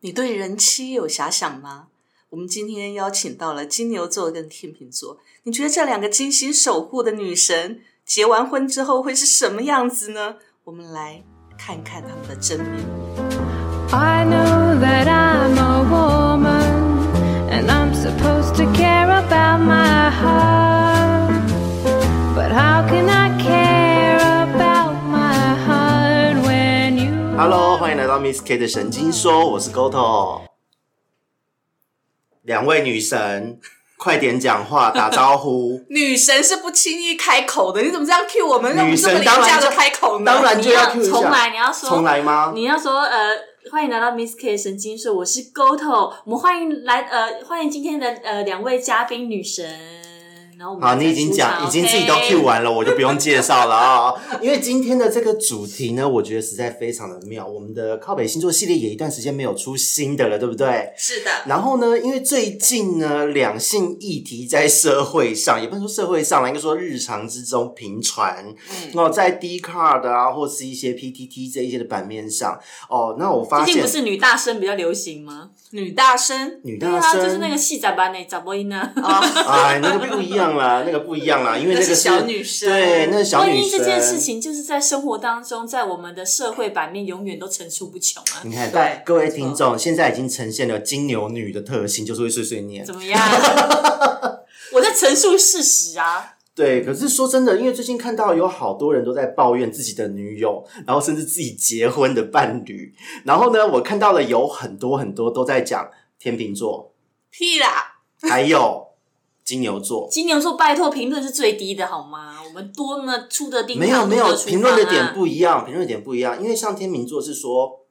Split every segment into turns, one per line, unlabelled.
你对人妻有遐想吗？我们今天邀请到了金牛座跟天秤座，你觉得这两个精心守护的女神结完婚之后会是什么样子呢？我们来看看他们的真面目。。
I know that I'm a woman and I'm supposed to care about my heart. But how can I care about my heart when you
Hello，欢迎来到 Miss K 的神经说，我是 Goto。两位女神，快点讲话，打招呼
女神是不轻易开口的，你怎么这样 cue 我们？让我
女
们这么
神
廉
当
价
然
的
就
开口呢？
当然就要
你
Q
要
一下，
重来你要说
重来吗？
你要说呃，欢迎来到 Miss K 神经社，我是 Goto，我们欢迎来呃，欢迎今天的呃两位嘉宾女神。然后我们
好，
再
你已经
出
讲，
场
已经自己都
OK
Q 完了，我就不用介绍了 啊、因为今天的这个主题呢，我觉得实在非常的妙。我们的靠北星座系列也一段时间没有出新的了，对不对？
是的，
然后呢，因为最近呢，两性议题在社会上，也不能说社会上啦，应该说日常之中频传。
嗯
那、在 d c a r d 啊，或是一些 PTT 这一些的版面上，哦，那我发
最近
现
不是女大生比较流行吗？
女大生
女
对
大
啊，
生，
就是 那个哦戏仔版的咋波音呢？
啊，
哎，那个不一样啦，那个不一样啦，因为
那
个
是小女生
对，那是小
婚
女
姻
生。
这件事情，就是在生活当中，在我们的社会版面永远都层出不穷啊！
你看，
对
各位听众，现在已经呈现了金牛女的特性，就是会碎碎念
怎。么样？ 我在陈述事实啊！
对，可是说真的，因为最近看到有好多人都在抱怨自己的女友，然后甚至自己结婚的伴侣。然后呢，我看到了有很多很多都在讲天秤座，
屁啦！
还有金牛 座。
金牛座，拜托评论是最低的好吗？我们多么出啊的定
没有没有，评论的点
一
不一样，评论的点不一样，因为像天秤座是说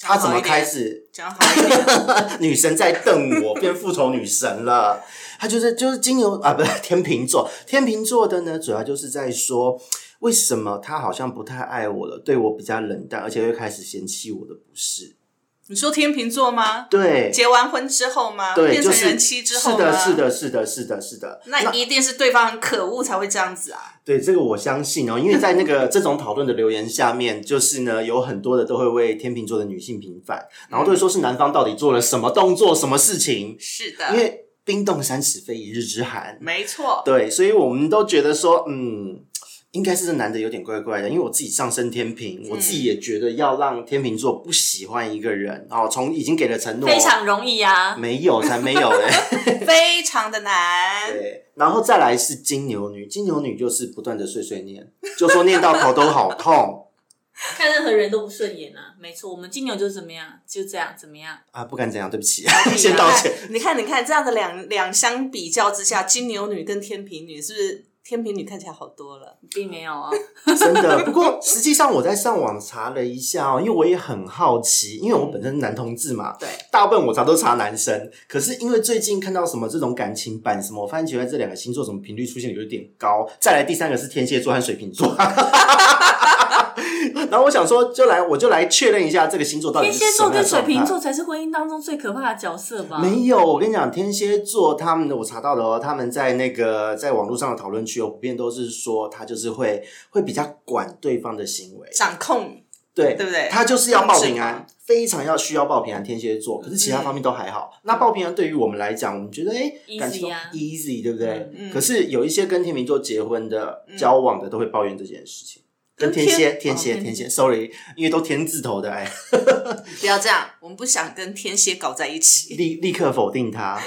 他怎么开始
讲好一点，
女神在瞪我，变复仇女神了。她就是就是金牛啊，不是 天秤座。天秤座的呢，主要就是在说为什么他好像不太爱我了，对我比较冷淡，而且会开始嫌弃我的不是。
你说天秤座吗？
对，
结完婚之后吗？
对，
变
就
成
是
人妻之后
是的，
吗
是。的，是的，是的，是的。
那一定是对方很可恶才会这样子啊！
对这个我相信哦，因为在那个 这种讨论的留言下面，就是呢有很多的都会为天秤座的女性平反，然后都会说是男方到底做了什么动作、什么事情，
是的
因为冰冻三尺非一日之寒。
没错，
对，所以我们都觉得说，嗯，应该是这男的有点怪怪的，因为我自己上升天平，我
嗯
自己也觉得要让天秤座不喜欢一个人哦，从已经给了承诺，
非常容易啊！
没有才没有嘞。
非常的难。
对，然后再来是金牛女，金牛女就是不断的碎碎念，就说念到头都好痛
看任何人都不顺眼啊，没错，我们金牛就是怎么样，就这样，怎么样？
啊，不敢怎样，对不起，
啊
先道歉。
你看，你看，这样的两两相比较之下，金牛女跟天平女是不是天平女看起来好多了？
并没有啊，
真的，不过实际上我在上网查了一下哦，因为我也很好奇，因为我本身是男同志
嗯
嘛，
对，
大部分我查都查男生，可是因为最近看到什么这种感情版什么，我发现奇怪这两个星座怎么频率出现的有点高。再来第三个是天蝎座和水瓶座， 然后我想说，就来我就来确认一下这个星座 到底是
天蝎座跟
什么
水
样的
瓶
状态
座才是啊婚姻当中最可怕的角色吧？
没有，我跟你讲，天蝎座他们的我查到的哦，他们在那个在网络上的讨论区哦，普遍都是说他就是会会比较管对方的行为，
掌控
对
对不对
他就是要报平
控
安，非常要需要报平安。天蝎座，可是其他方面都还好。那报平安对于我们来讲，我们觉得哎
Easy
感情都
啊
easy，对不对
嗯？
嗯
可是有一些跟天秤座结婚的、交往的，都会抱怨这件事情。跟天蝎、天蝎、
哦
天蝎，sorry，因为都天字头的，哎，
不要这样，我们不想跟天蝎搞在一起。
立立刻否定他。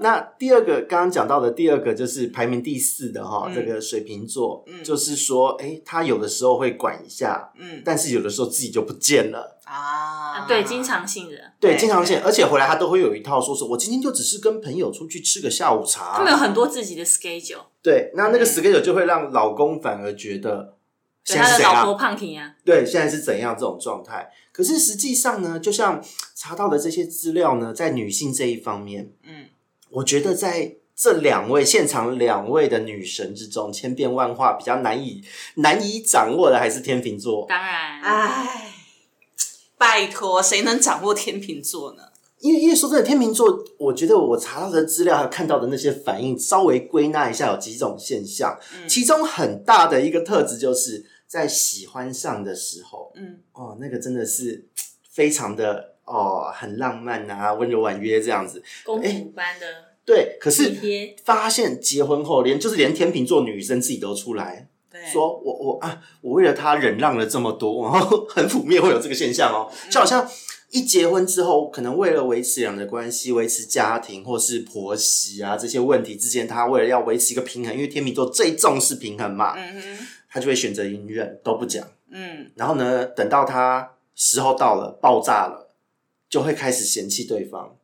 那第二个刚刚讲到的第二个就是排名第四的哈、
嗯
这个水瓶座，
嗯
就是说，哎，他有的时候会管一下，
嗯
但是有的时候自己就不见了。
啊
啊，对，经常性的，
对，
对
经常
对
性，而且回来他都会有一套说是，我今天就只是跟朋友出去吃个下午茶。
他们有很多自己的 schedule，
对，那
嗯
那个 schedule 就会让老公反而觉得现
对
在
他
是
的
怎
老婆
样？
胖婷啊，
对，现在是怎样这种状态？可是实际上呢，就像查到的这些资料呢，在女性这一方面，
嗯，
我觉得在这两位现场两位的女神之中，千变万化，比较难以难以掌握的还是天秤座。
当
啊
然，
唉，拜托，谁能掌握天秤座呢？
因为因为说真的，天秤座，我觉得我查到的资料还有看到的那些反应，稍微归纳一下有几种现象，
嗯
其中很大的一个特质就是在喜欢上的时候，
嗯，
哦，那个真的是嘖非常的哦很浪漫啊，温柔婉约这样子。
公主般的
对，可是
体贴，
发现结婚后，连就是连天秤座女生自己都出来
对，
说我我啊，我为了他忍让了这么多，然后很普遍会有这个现象哦，
嗯
就好像一结婚之后，可能为了维持两人的关系、维持家庭或是婆媳啊这些问题之间，他为了要维持一个平衡，因为天秤座最重视平衡嘛，
嗯哼，
他就会选择隐忍，都不讲。
嗯，
然后呢，等到他时候到了，爆炸了，就会开始嫌弃对方，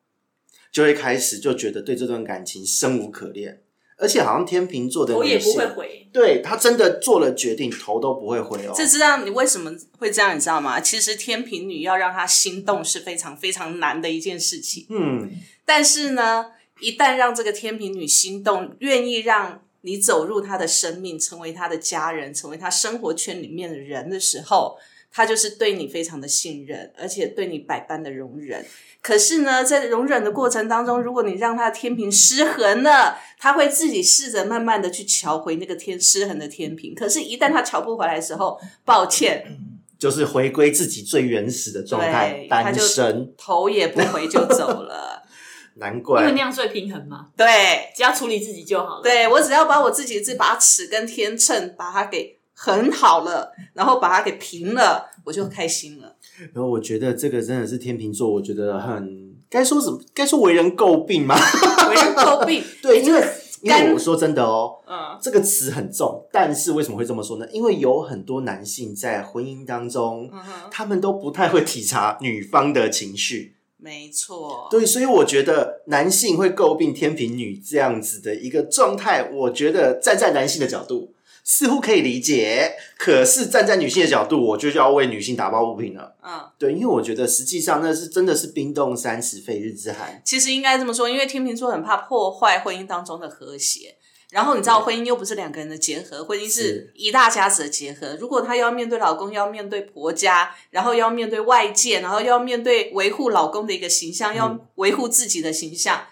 就会开始就觉得对这段感情生无可恋，而且好像天秤座的
头也
女
不会
性，
回。
对他真的做了决定，头都不会回哦。
这知道你为什么会这样，你知道吗？其实天平女要让她心动是非常非常难的一件事情。
嗯，
但是呢，一旦让这个天平女心动，愿意让你走入她的生命，成为她的家人，成为她生活圈里面的人的时候，她就是对你非常的信任，而且对你百般的容忍。可是呢，在容忍的过程当中，如果你让她的天平失衡了，她会自己试着慢慢的去调回那个天失衡的天平。可是，一旦她调不回来的时候，抱歉，
就是回归自己最原始的状态
对，他
单
就
身，
头也不回就走了。
难
因为那
怪。
样最平衡嘛，
对，
只要处理自己就好了。，
对我只要把我自己这把尺跟天秤把它给很好了，然后把它给平了，我就开心 了。
然后我觉得这个真的是天秤座，我觉得很该说什么？该说为人诟 病吗？
为人诟病，
对，
哎
因为因为
干
我说真的哦，
嗯
这个词很重，但是为什么会这么说呢？因为有很多男性在婚姻当中，
嗯哼，
他们都不太会体察女方的情绪，
没错，
对，所以我觉得男性会诟病天平女这样子的一个状态，我觉得站在男性的角度似乎可以理解，可是站在女性的角度，我就要为女性打抱不平了。
嗯，
对，因为我觉得实际上那是真的是冰冻三尺非日之寒，
其实应该这么说，因为天秤座很怕破坏婚姻当中的和谐。然后你知道，婚姻又不是两个人的结合，婚姻是
是
一大家子的结合。如果她要面对老公，要面对婆家，然后要面对外界，然后要面对维护老公的一个形象，
嗯
要维护自己的形象，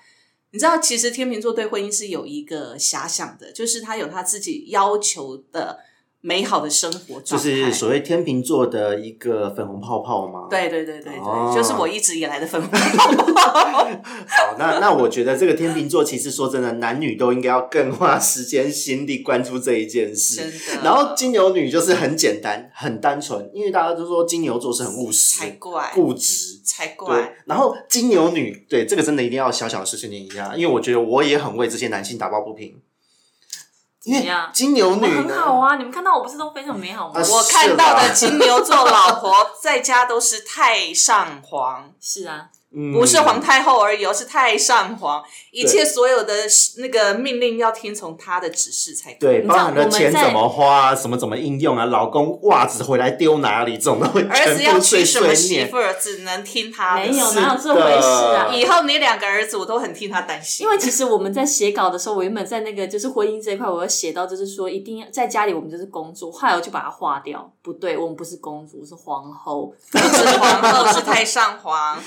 你知道，其实天秤座对婚姻是有一个遐想的，就是他有他自己要求的美好的生活
就
状态。
是所谓天秤座的一个粉红泡泡嘛。
对对对对对，
哦
就是我一直以来的粉红。
好，那那我觉得这个天秤座，其实说真的，男女都应该要更花时间心力关注这一件
真
事。
的。
然后金牛女就是很简单、很单纯，因为大家都说金牛座是很务
才
实、
怪，
固执。
才
对
怪。，
然后金牛女，对这个真的一定要小小的事训练一下，因为我觉得我也很为这些男性打抱不平。因为
怎么样
金牛
我
女
很
呢
好啊，你们看到我不是都非常美好吗
啊？
我
是
看到
吧
的金牛座老婆在家都是太上皇，
是啊，
嗯
不是皇太后而已哦，是太上皇，一
对
切所有的那个命令要听从他的指示才对。
对，
你知道
包含了
我们
钱
在
怎么花、啊，什么怎么应用啊，老公袜子回来丢哪里，这种都会
儿
全
子要
部碎
娶什么
碎
媳
念。
妇儿，只能听他的。
没有
是
哪有这回事啊
的？
以后你两个儿子，我都很替他担心。
因为其实我们在写稿的时候，我原本在那个就是婚姻这一块，我要写到就是说一定要在家里，我们就是公主，后来我就把它划掉。不对，我们不是公主，我是皇后。
不是皇后，是太上 皇。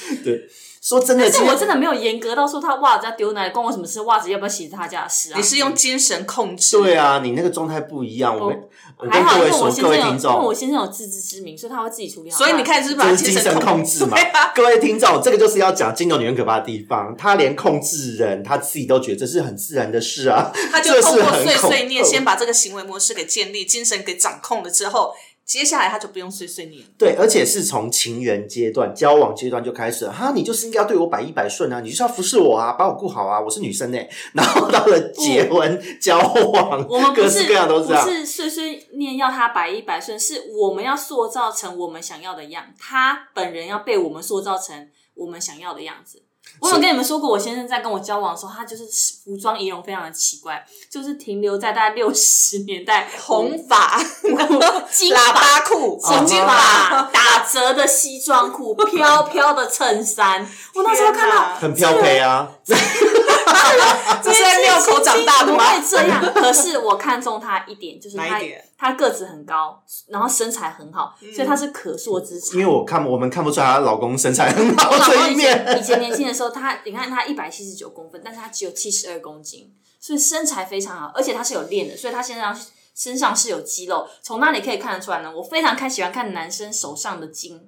说真的，
但是
其实
我真的没有严格到说他袜子要丢哪里，关我什么事？袜子要不要洗是他家的事啊？
你是用精神控制，
对啊，你那个状态不一样。我跟我
还
跟
好，
各位
因为我
说，
先
各
生
位
有，
听
因为我
众，
先生有自知之明，所以他会自己处理好。
所以你看是不是
就
把
是精神控
控
制 嘛
对啊。
各位听众，这个就是要讲金牛女人可怕的地方，她连控制人，她自己都觉得这是很自然的事啊。
他就
这
通
是
过
很
碎
恐
碎念，
怖
先把这个行为模式给建立，精神给掌控了之后，接下来他就不用碎碎念了。
对，而且是从情人阶段、交往阶段就开始了。哈，你就是应该要对我百依百顺啊，你就是要服侍我啊，把我顾好啊，我是女生呢、 然后到了结婚、交往，
我们不
各
是
式各样都是这样
不。是碎碎念要他百依百顺，是我们要塑造成我们想要的样，他本人要被我们塑造成我们想要的样子。我有
是
跟你们说过，我先生在跟我交往的时候，他就是服装仪容非常的奇怪，就是停留在大概六十年代
红发、
金
喇
发
叭裤、啊
哦
金
金
发，
发、打折的西装裤、飘飘的衬衫，我那时候看到
很漂配啊，
这是在庙口长大的
不
吗？
会这样。可是我看中他一点，就是
哪
他
一点嗯
他个子很高，然后身材很好，所以他是可塑之才。
因为我看我们看不出来她老公身材很好
我老
这
公
一
以
面。
前以前年轻的时候，他你看他一百七十九公分，但是他只有七十二公斤，所以身材非常好，而且他是有练的，所以他现在身上是有肌肉，从那里可以看得出来呢。我非常看喜欢看男生手上的筋，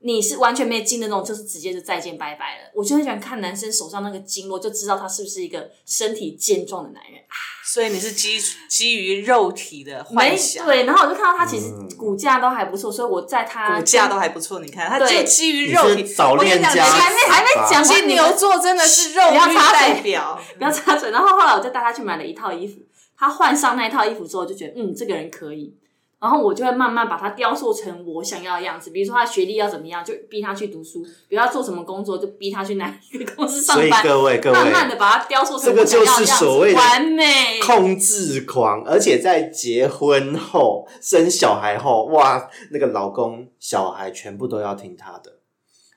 你是完全没经的那种，就是直接就再见拜拜了。我就很喜欢看男生手上那个经络，就知道他是不是一个身体健壮的男人。
所以你是基基于肉体的
没
幻想，
对，然后我就看到他其实
嗯
骨架都还不错，所以我在他
骨架都还不错。你看，他
对
就基于肉体
啊你是早恋家
我跟你讲
还没还没讲完
金
你
牛
的
座真的是肉
不要
欲
插嘴
代 表，
不要插嘴。然后后来我就带他去买了一套衣服，他换上那一套衣服之后，就觉得嗯，这个人可以。然后我就会慢慢把他雕塑成我想要的样子，比如说他学历要怎么样，就逼他去读书；，比如他做什么工作，就逼他去哪一个公司上
所以
班。
各位各位，
慢慢的把它雕塑成
这个
我想要的
就是
样子
所谓的
完美。
控制狂，而且在结婚后、生小孩后，哇，那个老公、小孩全部都要听他的。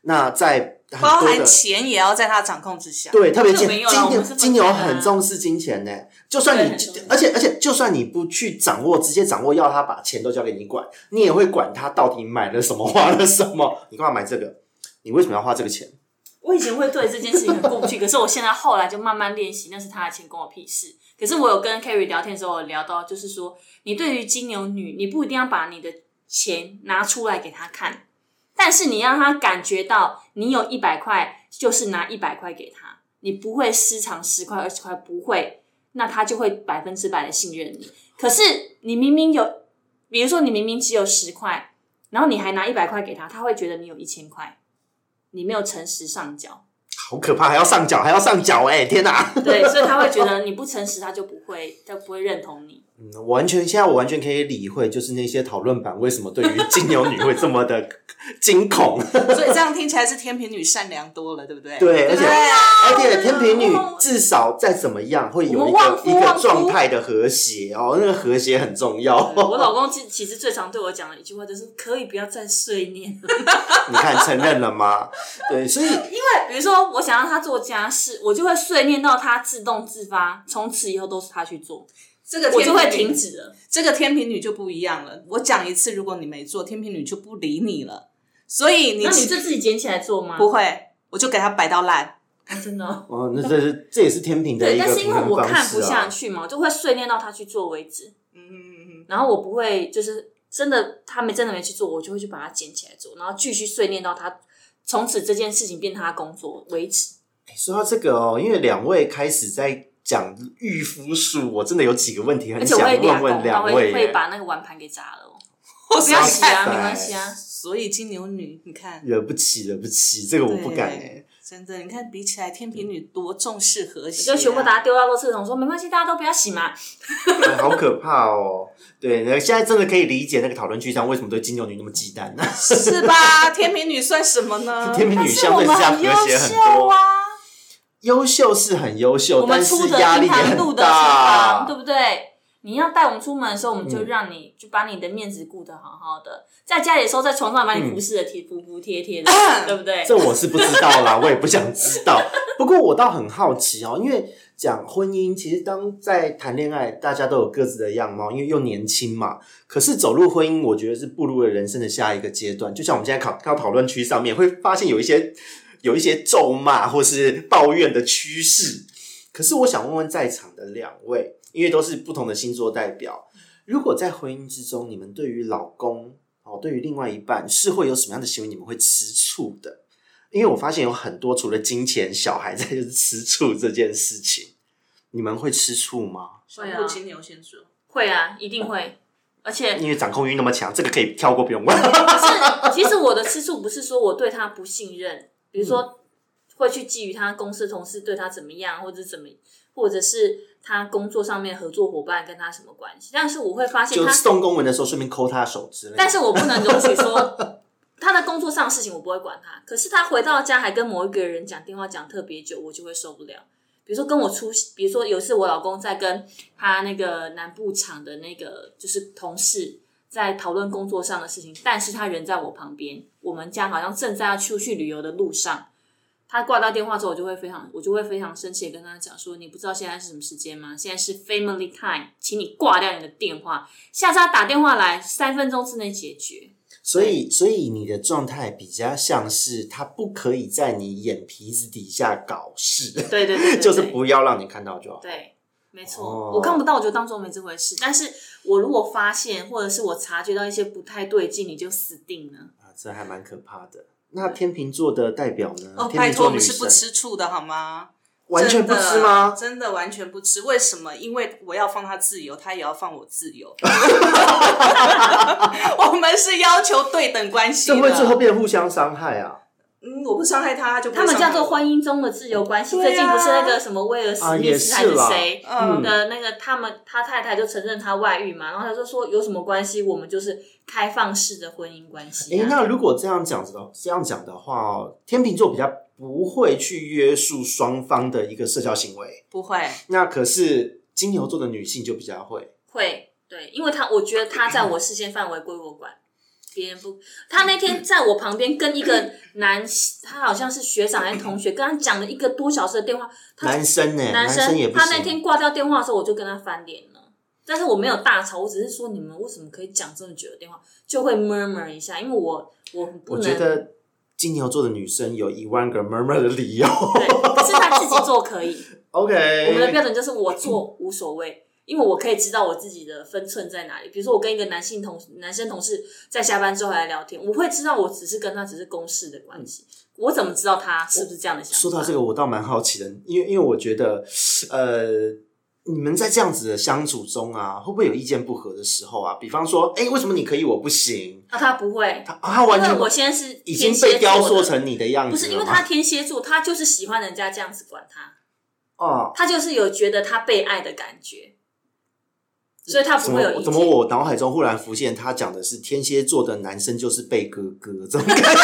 那在很
包
多的
含钱也要在他掌控之下。
对，特别金
没有啦
金
我
牛
们是不
金牛
可能啊
很重视金钱呢、就算你
对很重视，
而且而且就算你不去掌握，直接掌握，要他把钱都交给你管，你也会管他到底买了什么，花了什么。你干嘛买这个？你为什么要花这个钱？
我以前会对这件事情很过不去，可是我现在后来就慢慢练习，那是他的钱，关我屁事。可是我有跟 Carrie 聊天的时候，我聊到就是说，你对于金牛女，你不一定要把你的钱拿出来给他看，但是你让他感觉到你有一百块，就是拿一百块给他，你不会私藏十块、二十块，不会，那他就会百分之百的信任你。可是你明明有，比如说你明明只有十块，然后你还拿一百块给他，他会觉得你有一千块，你没有诚实上交。
好可怕，还要上缴，还要上缴！哎，天哪、
对，所以他会觉得你不诚实，他就不会，他不会认同你。
嗯完全，现在我完全可以理会，就是那些讨论版为什么对于金牛女会这么的 惊 恐。
所以这样听起来是天平女善良多了，对不对？
对而且
啊
对
而且天平女至少再怎么样会有
哦我
一
们
个
旺夫
一个
旺夫
状态的和谐哦，那个和谐很重 要。
我老公其其实最常对我讲的一句话就是：可以不要再碎念了。
你看承认了吗？对，所以
对，比如说我想让他做家事，我就会碎念到他自动自发，从此以后都是他去做，
这个
我
天平
就会
女
停。止了。
这个天平女就不一样了。我讲一次，如果你没做，天平女就不理你了。所以你
那你就自己捡起来做吗？
不会，我就给她摆到烂。
啊真的哦。
哦，那这是这也是天平的
对，
一个
但是因
平
为
衡
我
方
看
式
不
啊
下。去嘛，我就会碎念到他去做为止。
嗯，
然后我不会就是真的他们真的没去做，我就会去把它捡起来做，然后继续碎念到他从此这件事情变他的工作为止。
哎说到这个哦，因为两位开始在讲御夫术，我真的有几个问题
而
很
且
想
我会俩
问问
拱，他
两
会
位
会
耶。
把那个碗盘给砸了哦。
我
不要
想
洗啊，
想，
没关系啊。
所以金牛女，你看，
惹不起，惹不起，这个我不敢
对
哎。
真的，你看比起来，天平女多重视和
我
谐、啊
啊
就全部把它丢到垃圾桶，说没关系，大家都不要洗嘛。
哎好可怕哦！对，那现在真的可以理解那个讨论区上为什么对金牛女那么忌 惮。
是吧？ 天平女算什么呢？
天平女
但是
相
我
对
们
之下和
很优
谐很
秀
多，
啊，
优秀是很优秀，
我们
但
出
是
的
压力
厅
也
堂入
很
的厨房，
大
对。不对？你要带我们出门的时候，我们就
嗯
让你、就把你的面子顾得好好的，在家里的时候，在床上把你服
嗯
侍的贴服服帖帖的， 对不对？
这我是不知道啦，我也不想知道。不过我倒很好奇哦，因为讲婚姻，其实当在谈恋爱，大家都有各自的样貌，因为又年轻嘛。可是走入婚姻，我觉得是步入了人生的下一个阶段。就像我们现在考看到讨论区上面，会发现有一些有一些咒骂或是抱怨的趋势。可是我想问问在场的两位，因为都是不同的星座代表，如果在婚姻之中，你们对于老公哦，对于另外一半是会有什么样的行为，你们会吃醋的？因为我发现有很多除了金钱、小孩，再就是吃醋这件事情，你们会吃醋吗？
全部金牛先说，
会啊，一定会。而且
因为掌控欲那么强，这个可以跳过，不用问。
可是，其实我的吃醋不是说我对他不信任，比如说会去觊觎他公司同事对他怎么样，或者怎么，或者是他工作上面合作伙伴跟他什么关系。但是我会发现
就
他，
送公文的时候顺便抠他的手之类的。
但是我不能容 许说他的工作上的事情我不会管他。可是他回到家还跟某一个人讲电话讲特别久，我就会受不了。比如说跟我出席，比如说有一次我老公在跟他那个南部厂的那个就是同事在讨论工作上的事情，但是他人在我旁边，我们家好像正在要出去旅游的路上。他挂掉电话之后，我就会非常，我就会非常生气的跟他讲说：“你不知道现在是什么时间吗？现在是 family time，请你挂掉你的电话。下次他打电话来，三分钟之内解决。
所以，所以你的状态比较像是他不可以在你眼皮子底下搞事，
对”对对对 对，
就是不要让你看到就好。
对，没错，
哦
我看不到，我就当做没这回事。但是我如果发现，或者是我察觉到一些不太对劲，你就死定了。
啊这还蛮可怕的。那天秤座的代表呢？
哦，
天
拜托，
秤座
我
女
们是
神
不吃醋的好吗？
完全不吃吗？
真的？真的完全不吃，为什么？因为我要放他自由，他也要放我自由。 我们是要求对等关系
这
的。
会最后变互相伤害啊！
嗯，我不伤害他，他就不
他
会
们
伤害
叫做
我
婚姻中的自由关系。
对啊
最近不是那个什么威尔史密斯
啊
还
也是
是
啦
谁
嗯
的那个，他们他太太就承认他外遇嘛，然后他就说有什么关系？我们就是开放式的婚姻关系、
诶，
啊。
那如果这样讲的这样讲的话哦，天秤座比较不会去约束双方的一个社交行为，
不会，
那可是金牛座的女性就比较会。
会对，因为他我觉得他在我视线范围归我管，别人不。他那天在我旁边跟一个男，他好像是学长还是同学，跟他讲了一个多小时的电话，他
男生呢、
男
生也不
他
行。
那天挂掉电话的时候，我就跟他翻脸了。但是我没有大吵，我只是说你们为什么可以讲这么久的电话，就会 murmur 一下，因为我我很不
我
能，
觉得金牛座的女生有一万个 murmur 的理由。
对，是他自己做可以。 我们的
OK，
标准就是我做无所谓，因为我可以知道我自己的分寸在哪里。比如说，我跟一个男性同男生同事在下班之后来聊天，我会知道我只是跟他只是公事的关系，我怎么知道他是不是这样的想法？
嗯说到这个，我倒蛮好奇的，因为因为我觉得，呃，你们在这样子的相处中啊，会不会有意见不合的时候啊？比方说，哎、为什么你可以我不行？
啊，他不会，
他啊，他完
因
全
为我现在是
已经
天蝎
被雕
座
塑
的
成你的样子
不
了
是因为
吗
他天蝎座，他就是喜欢人家这样子管他，
哦，
他就是有觉得他被爱的感觉，所以他
怎
不会有意
么
见。
怎么我脑海中忽然浮现，他讲的是天蝎座的男生就是被哥哥这种感 觉，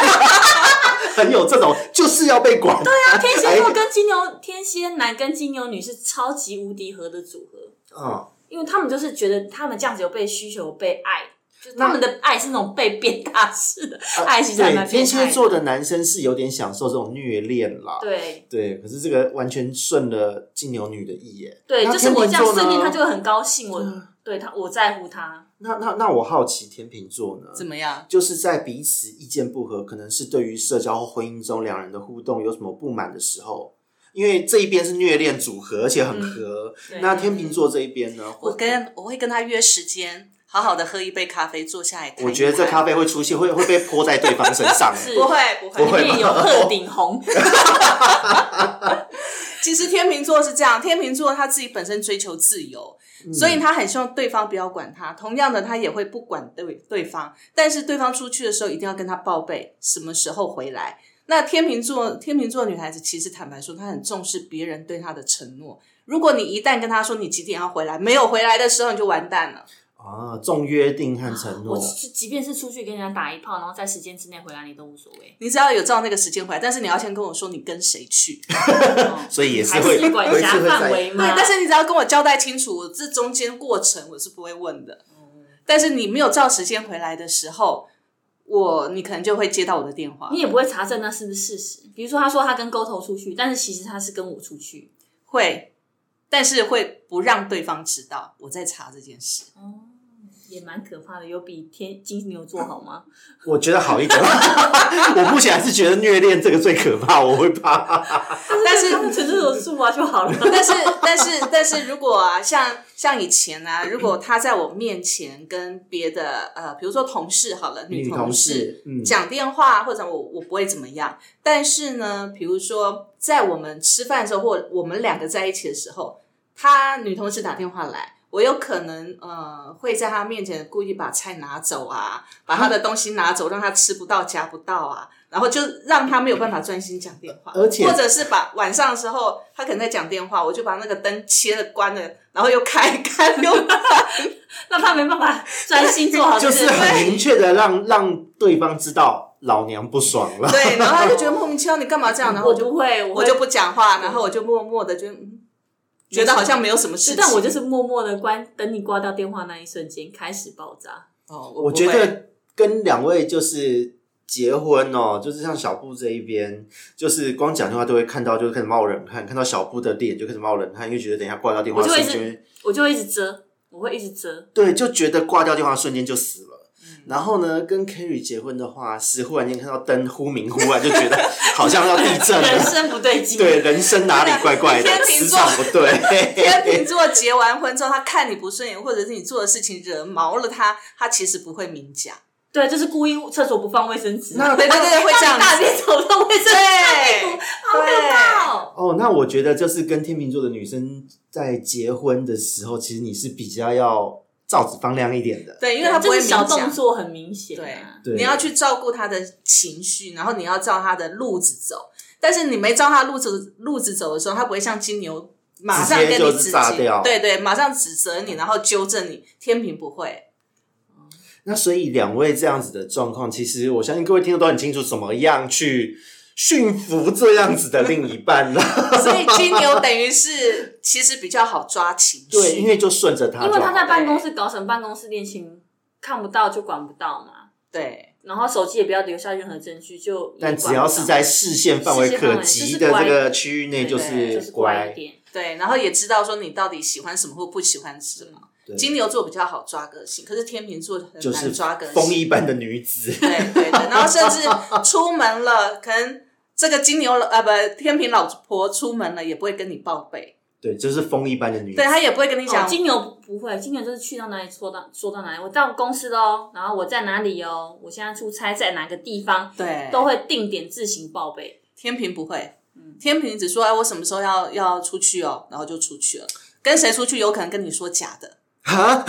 很有这种就是要被管。对啊，
天蝎座跟金牛天蝎男跟金牛女是超级无敌合的组合。
嗯，
因为他们就是觉得他们这样子有被需求、有被爱，就是
那
他们的爱是那种被鞭挞式的、
呃
爱，其实还蛮
对，
变
天
态
蝎
的
座的男生是有点享受这种虐恋啦。
对
对，可是这个完全顺了金牛女的意耶。
对，
那
就是我这样
天秤座
顺
呢嗯
应，他就会很高兴。我对他，我在乎他，
那那那我好奇天秤座呢，
怎么样？
就是在彼此意见不合，可能是对于社交或婚姻中两人的互动有什么不满的时候，因为这一边是虐恋组合，而且很合。
对
那天秤座这一边呢，
我跟我会跟他约时间，好好的喝一杯咖啡，坐下来谈一谈。
我觉得这咖啡会出现，会会被泼在对方身上。
是
不会不会
不会
里面有
吧
鹤 顶红，
其实天秤座是这样，天秤座他自己本身追求自由，所以他很希望对方不要管他。同样的，他也会不管对对方，但是对方出去的时候一定要跟他报备什么时候回来。那天秤座，天秤座女孩子其实坦白说，她很重视别人对她的承诺。如果你一旦跟她说你几点要回来，没有回来的时候，你就完蛋了。
啊，重约定和承诺
我，是即便是出去跟人家打一炮，然后在时间之内回来，你都无所 谓。
你只要有照那个时间回来，但是你要先跟我说你跟谁去。
哦
所以也是
还
会
是管
会
辖
是会
范
在
围
对
嘛？，
但是你只要跟我交代清楚，我这中间过程我是不会问的。但是你没有照时间回来的时候，我你可能就会接到我的电话
你，也不会查证那是不是事实。比如说，他说他跟勾头出去，但是其实他是跟我出去。
会，但是会不让对方知道我在查这件事。
也蛮可怕的，有比天金牛座好吗？
我觉得好一点。 我目前还是觉得虐恋这个最可怕，我会怕。
但是
他们纯粹有数啊就好了。
但是，但是，但是如果啊，像像以前啊，如果他在我面前跟别的呃，比如说同事好了，
女
同
同
事
事嗯
讲电话或者我我不会怎么样，但是呢，比如说在我们吃饭的时候，或我们两个在一起的时候，他女同事打电话来。我有可能呃会在他面前故意把菜拿走啊，把他的东西拿走，让他吃不到、夹不到啊，然后就让他没有办法专心讲电话，
而且
或者是把晚上的时候他可能在讲电话，我就把那个灯切了关了，然后又开开又
让他没办法专心做好
就
这
是
件事。
很明确的让让对方知道老娘不爽了。
对，然后他就觉得莫名其妙，你干嘛这 样？然后
我
我就
不会，我
我
会
就不讲话，然后我就默默的就、嗯、觉得好像没有什么事
是
情，
但我就是默默的关，等你挂掉电话那一瞬间开始爆炸。
哦，
我
我不
觉
会
得跟两位就是结婚哦，就是像小布这一边，就是光讲电话都会看到，就开始冒冷汗，看到小布的脸就开始冒冷汗，因为觉得等一下挂掉电话
我就会
瞬
一直
间，
我就会一直遮，我会一直 遮。
对，就觉得挂掉电话瞬间就死了。然后呢，跟 Kerry 结婚的话，是忽然间看到灯忽明忽暗，就觉得好像要地震
人
了。
生不对劲，
对，人生哪里怪怪的
天，秤
磁
座
场不对。
天秤座结完婚之后，他看你不顺眼，或者是你做的事情惹毛了他，他其实不会明讲。
对，就是故意厕所不放卫生纸，
那
对对 对，会这样
让你大
子。
便走到卫生纸
对
内部，好可怕哦！
哦，那我觉得就是跟天秤座的女生在结婚的时候，其实你是比较要罩子放亮一点的。
对，因为他不会
就是
明
小
讲
动作很明显、啊，
对
你要去照顾他的情绪，然后你要照他的路子走。但是你没照他路子路子走的时候，他不会像金牛马上跟你
直接就是
指
炸掉
责，对对，马上指责你，然后纠正你。天平不会，
那所以两位这样子的状况，其实我相信各位听众都很清楚，怎么样去驯服这样子的另一半 啦。
所以金牛等于是其实比较好抓情绪，
对，因为就顺着他
因
就好，
为他在办公室搞成办公室恋情，看不到就管不到嘛。
对
然后手机也不要留下任何证据，就也
但
管不到
只要是在视线范围
视线范
可
围
及
就是
的
乖
这个区域内，
对
就是
就是乖一点，
对，然后也知道说你到底喜欢什么或不喜欢什么。
对
金牛座比较好抓个性，可是天秤座很
就是
难抓个性。
风一般的女子。
对对对，然后甚至出门了，可能这个金牛老呃不天平老婆出门了也不会跟你报备，
对，就是风一般的女子
对。她也不会跟你
哦
讲，
金牛不不会，金牛就是去到哪里说到说到哪里，我到公司了哦，然后我在哪里哦，我现在出差在哪个地方，
对，
都嗯会定点自行报备。
天平不会，天平只说哎我什么时候要要出去哦，然后就出去了，跟谁出去有可能跟你说假的，
哈，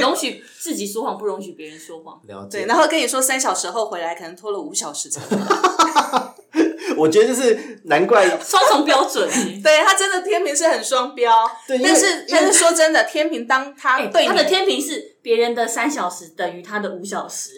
容许自己说谎，不容许别人说谎。
了解
对，。然后跟你说三小时后回来，可能拖了五小时才回来，
我觉得就是难 怪，
双重标准、欸，
对他真的天平是很双标，
对因为
但是
因为
但是说真的，天平当他
哎
对
他
你
的天平是别人的三小时等于他的五小时，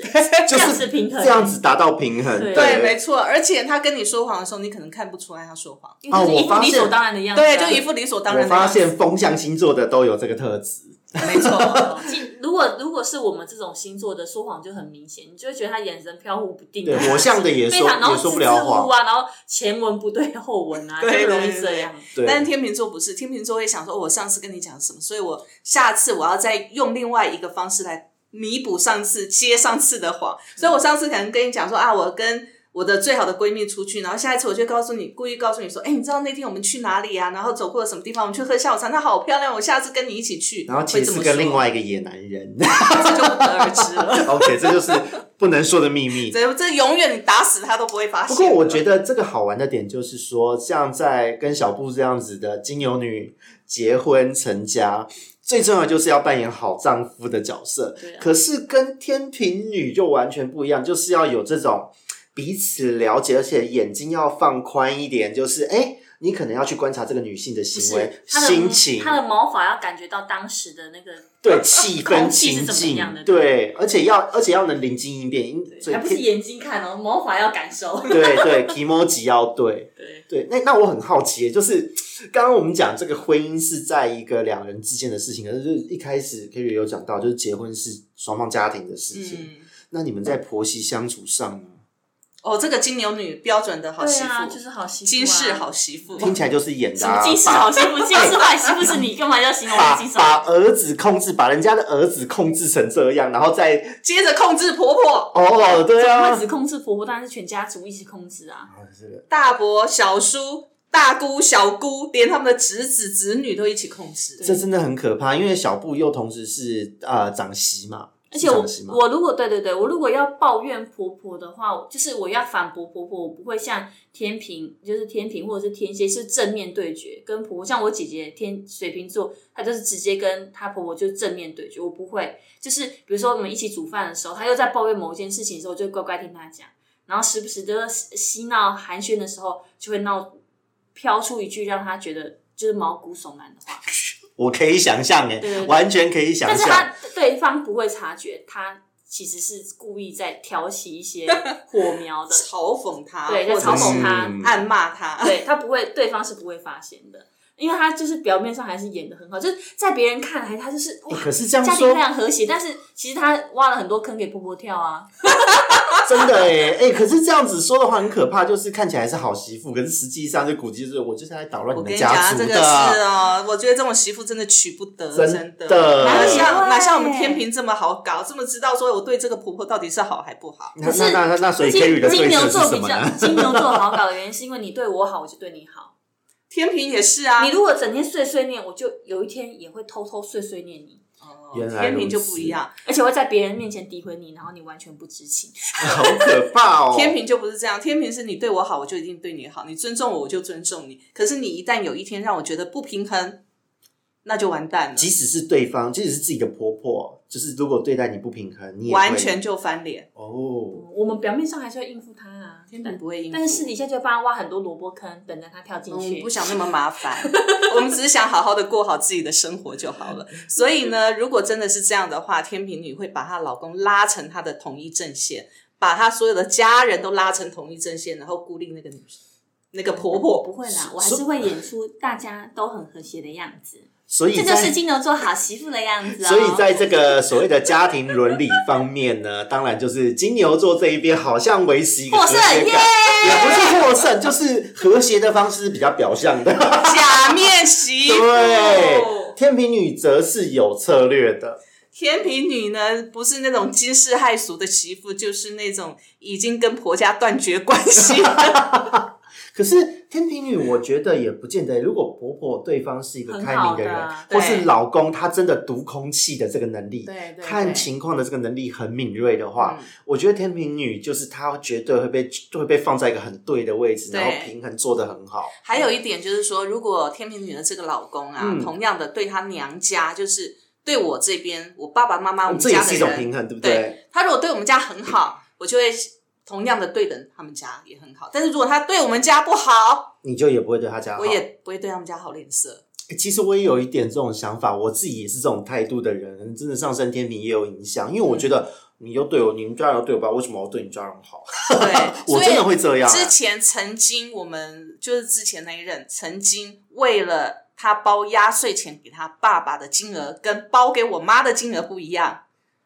就
这样
是
子平衡，
这样子达到平衡。
对
对，没错，而且他跟你说谎的时候，你可能看不出来他说谎，
因为就是
哦
一
我
副
发
理
现
所当然的样子啊、
对，就一副理所当然的
我发
样子。
现风象星座的都有这个特质。
没错，
哦其 实如果如果是我们这种星座的，说谎就很明显，你就会觉得他眼神飘忽不定、
对
啊，，
火象的也
非
说
常，然后
也说
支
不
支
了
吾吾
谎。
啊，然后前文不对后 文啊，就
对
容易
对
这样。
对，
但是天秤座不是，天秤座会想说、哦我上次跟你讲什么，所以我下次我要再用另外一个方式来弥补上次接上次的谎，所以我上次可能跟你讲说啊，我跟。我的最好的闺蜜出去，然后下一次我就告诉你，故意告诉你说，哎、你知道那天我们去哪里啊？然后走过了什么地方？我们去喝下午茶，她好漂亮，我下次跟你一起去。
然后其
会
实
这
是
么
跟
说
另外一个野男人。
这就不得而知了。
OK，这就是不能说的秘密。
这这永远你打死他都不会发现。
不过我觉得这个好玩的点就是说，像在跟小布这样子的金牛女结婚成家，最重要的就是要扮演好丈夫的角色。
对啊
可是跟天平女就完全不一样，就是要有这种彼此了解，而且眼睛要放宽一点，就是哎。诶你可能要去观察这个女性的
就
行为
是、他的
心情、
他的毛发要感觉到当时的那个，
对气氛、
空气是
情
怎么
境
样的，
对，而且要而且要能临机应变，因所以
还不是眼睛看哦，毛发要感受。
对对 e m o j i 要对，对，
对，
那那我很好奇耶，就是刚刚我们讲这个婚姻是在一个两人之间的事情，可是就是一开始 Kerry 有讲到，就是结婚是双方家庭的事情。
嗯，
那你们在婆媳相处上呢，
哦，这个金牛女标准的好
对
媳妇，
啊，就是好媳妇、啊，
金氏好媳妇，
听起来就是演的、
什么
啊，
金氏好
把
媳妇，金氏坏媳妇 是你干嘛要形容我
把
金氏好媳妇？
把儿子控制，把人家的儿子控制成这样，然后再
接着控制婆婆，
哦，对
怎么
啊
会，只控制婆婆，当然是全家族一起控制啊。
啊这个
大伯、小叔、大姑、小姑，连他们的侄子、侄女都一起控制。
这真的很可怕，因为小布又同时是呃长媳嘛，
而
是
且我
长媳嘛，
我如果对对对，我如果要抱怨婆婆的话，就是我要反驳婆婆，我不会像天平，就是天平或者是天蝎是正面对决，跟婆婆像我姐姐天水瓶座，她就是直接跟她婆婆就正面对决，我不会，就是比如说我们一起煮饭的时候，她又在抱怨某一件事情的时候，我就乖乖听她讲，然后时不时的嬉闹寒暄的时候，就会闹 飘出一句让她觉得就是毛骨悚然的话。
我可以想象哎
对对，对
完全可以想
但是
象。
他对方不会察觉，他其实是故意在挑起一些火 苗的，
嘲讽他，
对，在
或者
嘲讽
是
他，
嗯
暗骂他，
对他不会，对方是不会发现的，因为他就是表面上还是演的很好，就是在别人看来他就是哇，
欸可是这样
家
说
庭非常和谐，但是其实他挖了很多坑给婆婆跳啊，
真的哎、欸、欸可是这样子说的话很可怕，就是看起来是好媳妇，可是实际上就估计就是我就是来捣乱
我跟
们
你
家
讲，
族
这个
的
是
啊。
哦，我觉得这种媳妇真的娶不得，
真
真的，
的啊
哪像
对
哪像我们天平这么好搞，这么知道说我对这个婆婆到底是好还不好？
那
可
那
是
那那那，所以
金
Kerry 的
金
对
牛
峙
座
是什
比
么
较
呢？
金牛座好搞的原因是因为你对我好，我就对你好。
天平也是啊，
你如果整天碎碎念，我就有一天也会偷偷碎碎念你。
哦
原来
天平
如
就
此
不一样，
而且会在别人面前诋毁你，然后你完全不知情。
好可怕 哦！
天平就不是这样，天平是你对我好，我就一定对你好；你尊重我，我就尊重你。可是你一旦有一天让我觉得不平衡，那就完蛋了，
即使是对方，即使是自己的婆婆，就是如果对待你不平衡，你也会
完全就翻脸。
哦，
我们表面上还是会应付他啊，
天平不会应付，
但是私底下就会帮他挖很多萝卜坑，等着他跳进
我们
去
不。想那么麻烦， 我们只是想好好的过好自己的生活就好
嗯
了。所以呢，如果真的是这样的话，天平女会把她老公拉成她的统一阵线，把她所有的家人都拉成统一阵线，然后孤立那个女那个婆
不
婆。
会啦，我还是会演出大家都很和谐的样子，
所以
这就
在
是金牛座好媳妇的样子哦。
所以在这个所谓的家庭伦理方面呢， 当然就是金牛座这一边好像维持一个和
获
谐
胜
感，
耶
也不是获胜，就是和谐的方式是比较表象的。
假面媳妇，
对，天平女则是有策略的，
天平女呢，不是那种惊世骇俗的媳妇，就是那种已经跟婆家断绝关系 的
可是天平女，我觉得也不见得。如果婆婆对方是一个开明人，
很好的啊
或是
对
老公他真的读空气的这个能力，
对对嗯
看情况的这个能力很敏锐的话，我觉得天平女就是她绝对会被会被放在一个很对的位置，
对
然后平衡做得很好。
还有一点就是说，如果天平女的这个老公啊，
嗯
同样的对她娘家，就是对我这边，我爸爸妈妈、我们
哦这也
家的
是一种
人，
平衡，对不对？
对他如果对我们家很好，我就会同样的对等他们家也很好。但是如果他对我们家不好，
你就也不会对她家好。
我也不会对他们家好脸 色。
欸其实我也有一点这种想法，我自己也是这种态度的人，真的上升天平也有影响，因为我觉得你又对我，你们家人又对我吧，为什么我对你家人好？
对，
我
所以
真的会这样、啊
之前曾经我们就是之前那一任，曾经为了他包压岁钱给他爸爸的金额跟包给我妈的金额不一样，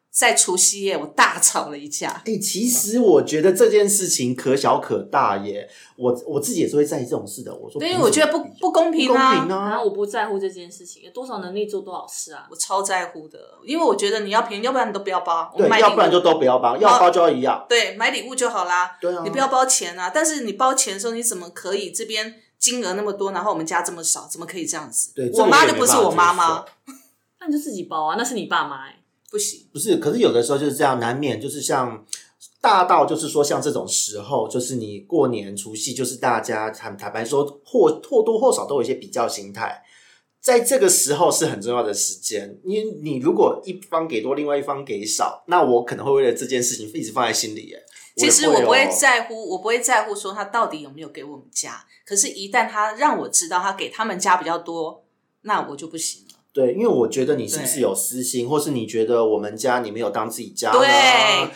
在除夕夜我大吵了一架。
哎、其实我觉得这件事情可小可大耶，我我自己也是会在意这种事的。我说，
对，因为我觉得不不公
不
平
公
啊，
平
然
啊
后，我不在乎这件事情，有多少能力做多少事啊。
我超在乎的，因为我觉得你要便宜，要不然你都不要包，我
对
买，礼物
要不然就都不要包，要包就要一样，
对买礼物就好啦。
对啊，
你不要包钱啊！但是你包钱的时候，你怎么可以这边金额那么多，然后我们家这么少，怎么可以这样子？
对，这个
我妈
也
就
没
不是
办法
我妈
接
妈
受，
那你就自己包啊，那是你爸妈哎、
不行。
不是，可是有的时候就是这样，难免就是像大到就是说像这种时候，就是你过年除夕，就是大家坦坦白说，或或多或少都有一些比较心态。在这个时候是很重要的时间，你你如果一方给多，另外一方给少，那我可能会为了这件事情一直放在心里。哎，
其实
也
我不会
哦
在乎，我不会在乎说他到底有没有给我们家。可是，一旦他让我知道他给他们家比较多，那我就不行了。
对，因为我觉得你是不是
对
有私心，或是你觉得我们家你没有当自己家呢，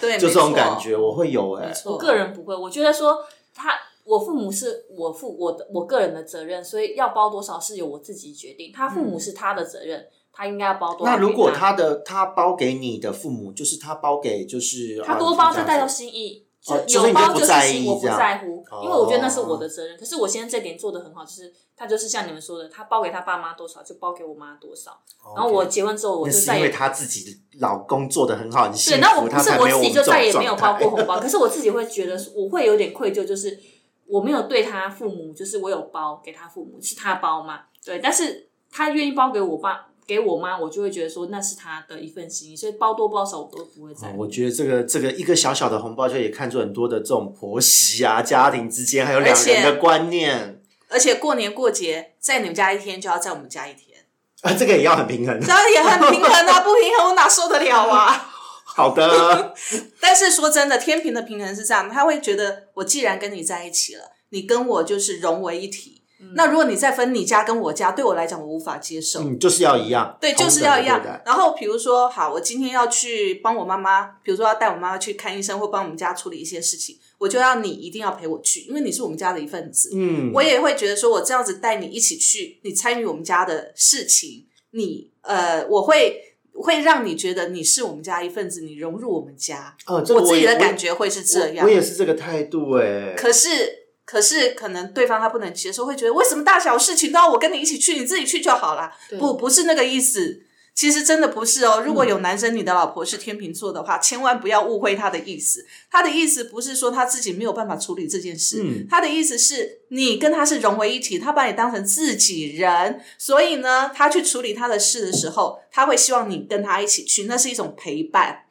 对对
就这种
没错
感觉，我会有哎、
没
我
错，
个人不会，我觉得说他，我父母是我父我的我个人的责任，所以要包多少是由我自己决定。他父母是他的责任，他应该要包多少
嗯那
给。
如果他的他包给你的父母，就是他包给就是
他
呃
多包，
这
这
样
带有
子
心意，
哦
有
就是你就
包
不
就是
在
心
意
我不
这样
在乎，因为我觉得那是我
哦
的责任。可是我现在这点做的很好，就是他就是像你们说的，他包给他爸妈多少就包给我妈多少。然后我
OK
结婚之后，我
那
就是再
因为
也
他自己老公做的很好，很幸福，
对，那我不
他
是
才
我
没有
自
我
己
们
就
这
再
种
也没有
状
包
态
过红包，可是我自己会觉得我会有点愧疚，就是我没有对他父母，就是我有包给他父母，是他包嘛？对，但是他愿意包给我爸。给我妈，我就会觉得说那是他的一份心意，所以包多包少我都不会在
哦
乎。
我觉得这个这个一个小小的红包就也看出很多的这种婆媳啊、家庭之间还有两
而且
人的观念
而且过年过节在你们家一天，就要在我们家一天，
啊，这个也要很 平衡。
这样也很平衡啊，不平衡我哪受得了啊？
好 的，
但是说真的，天平的平衡是这样，他会觉得我既然跟你在一起了，你跟我就是融为一体。那如果你再分你家跟我家，对我来讲我无法接受。
嗯，就是要一样，
对，
同
就是
等
要
地
一样
对待。
然后比如说，好，我今天要去帮我妈妈，比如说要带我妈妈去看医生，或帮我们家处理一些事情，我就要你一定要陪我去，因为你是我们家的一份子。
嗯，
我也会觉得说，我这样子带你一起去，你参与我们家的事情，你呃，我会会让你觉得你是我们家一份子，你融入我们家。
呃，这个
我自己
也
的感觉会是这样
我，我也是这个态度哎。
可是。可是，可能对方他不能接受，会觉得为什么大小事情都要我跟你一起去，你自己去就好啦。
对
不，不是那个意思。其实真的不是哦。
嗯
如果有男生你的老婆是天秤座的话，千万不要误会他的意思。他的意思不是说他自己没有办法处理这件事，
嗯
他的意思是你跟他是融为一体，他把你当成自己人，所以呢，他去处理他的事的时候，他会希望你跟他一起去，那是一种陪伴。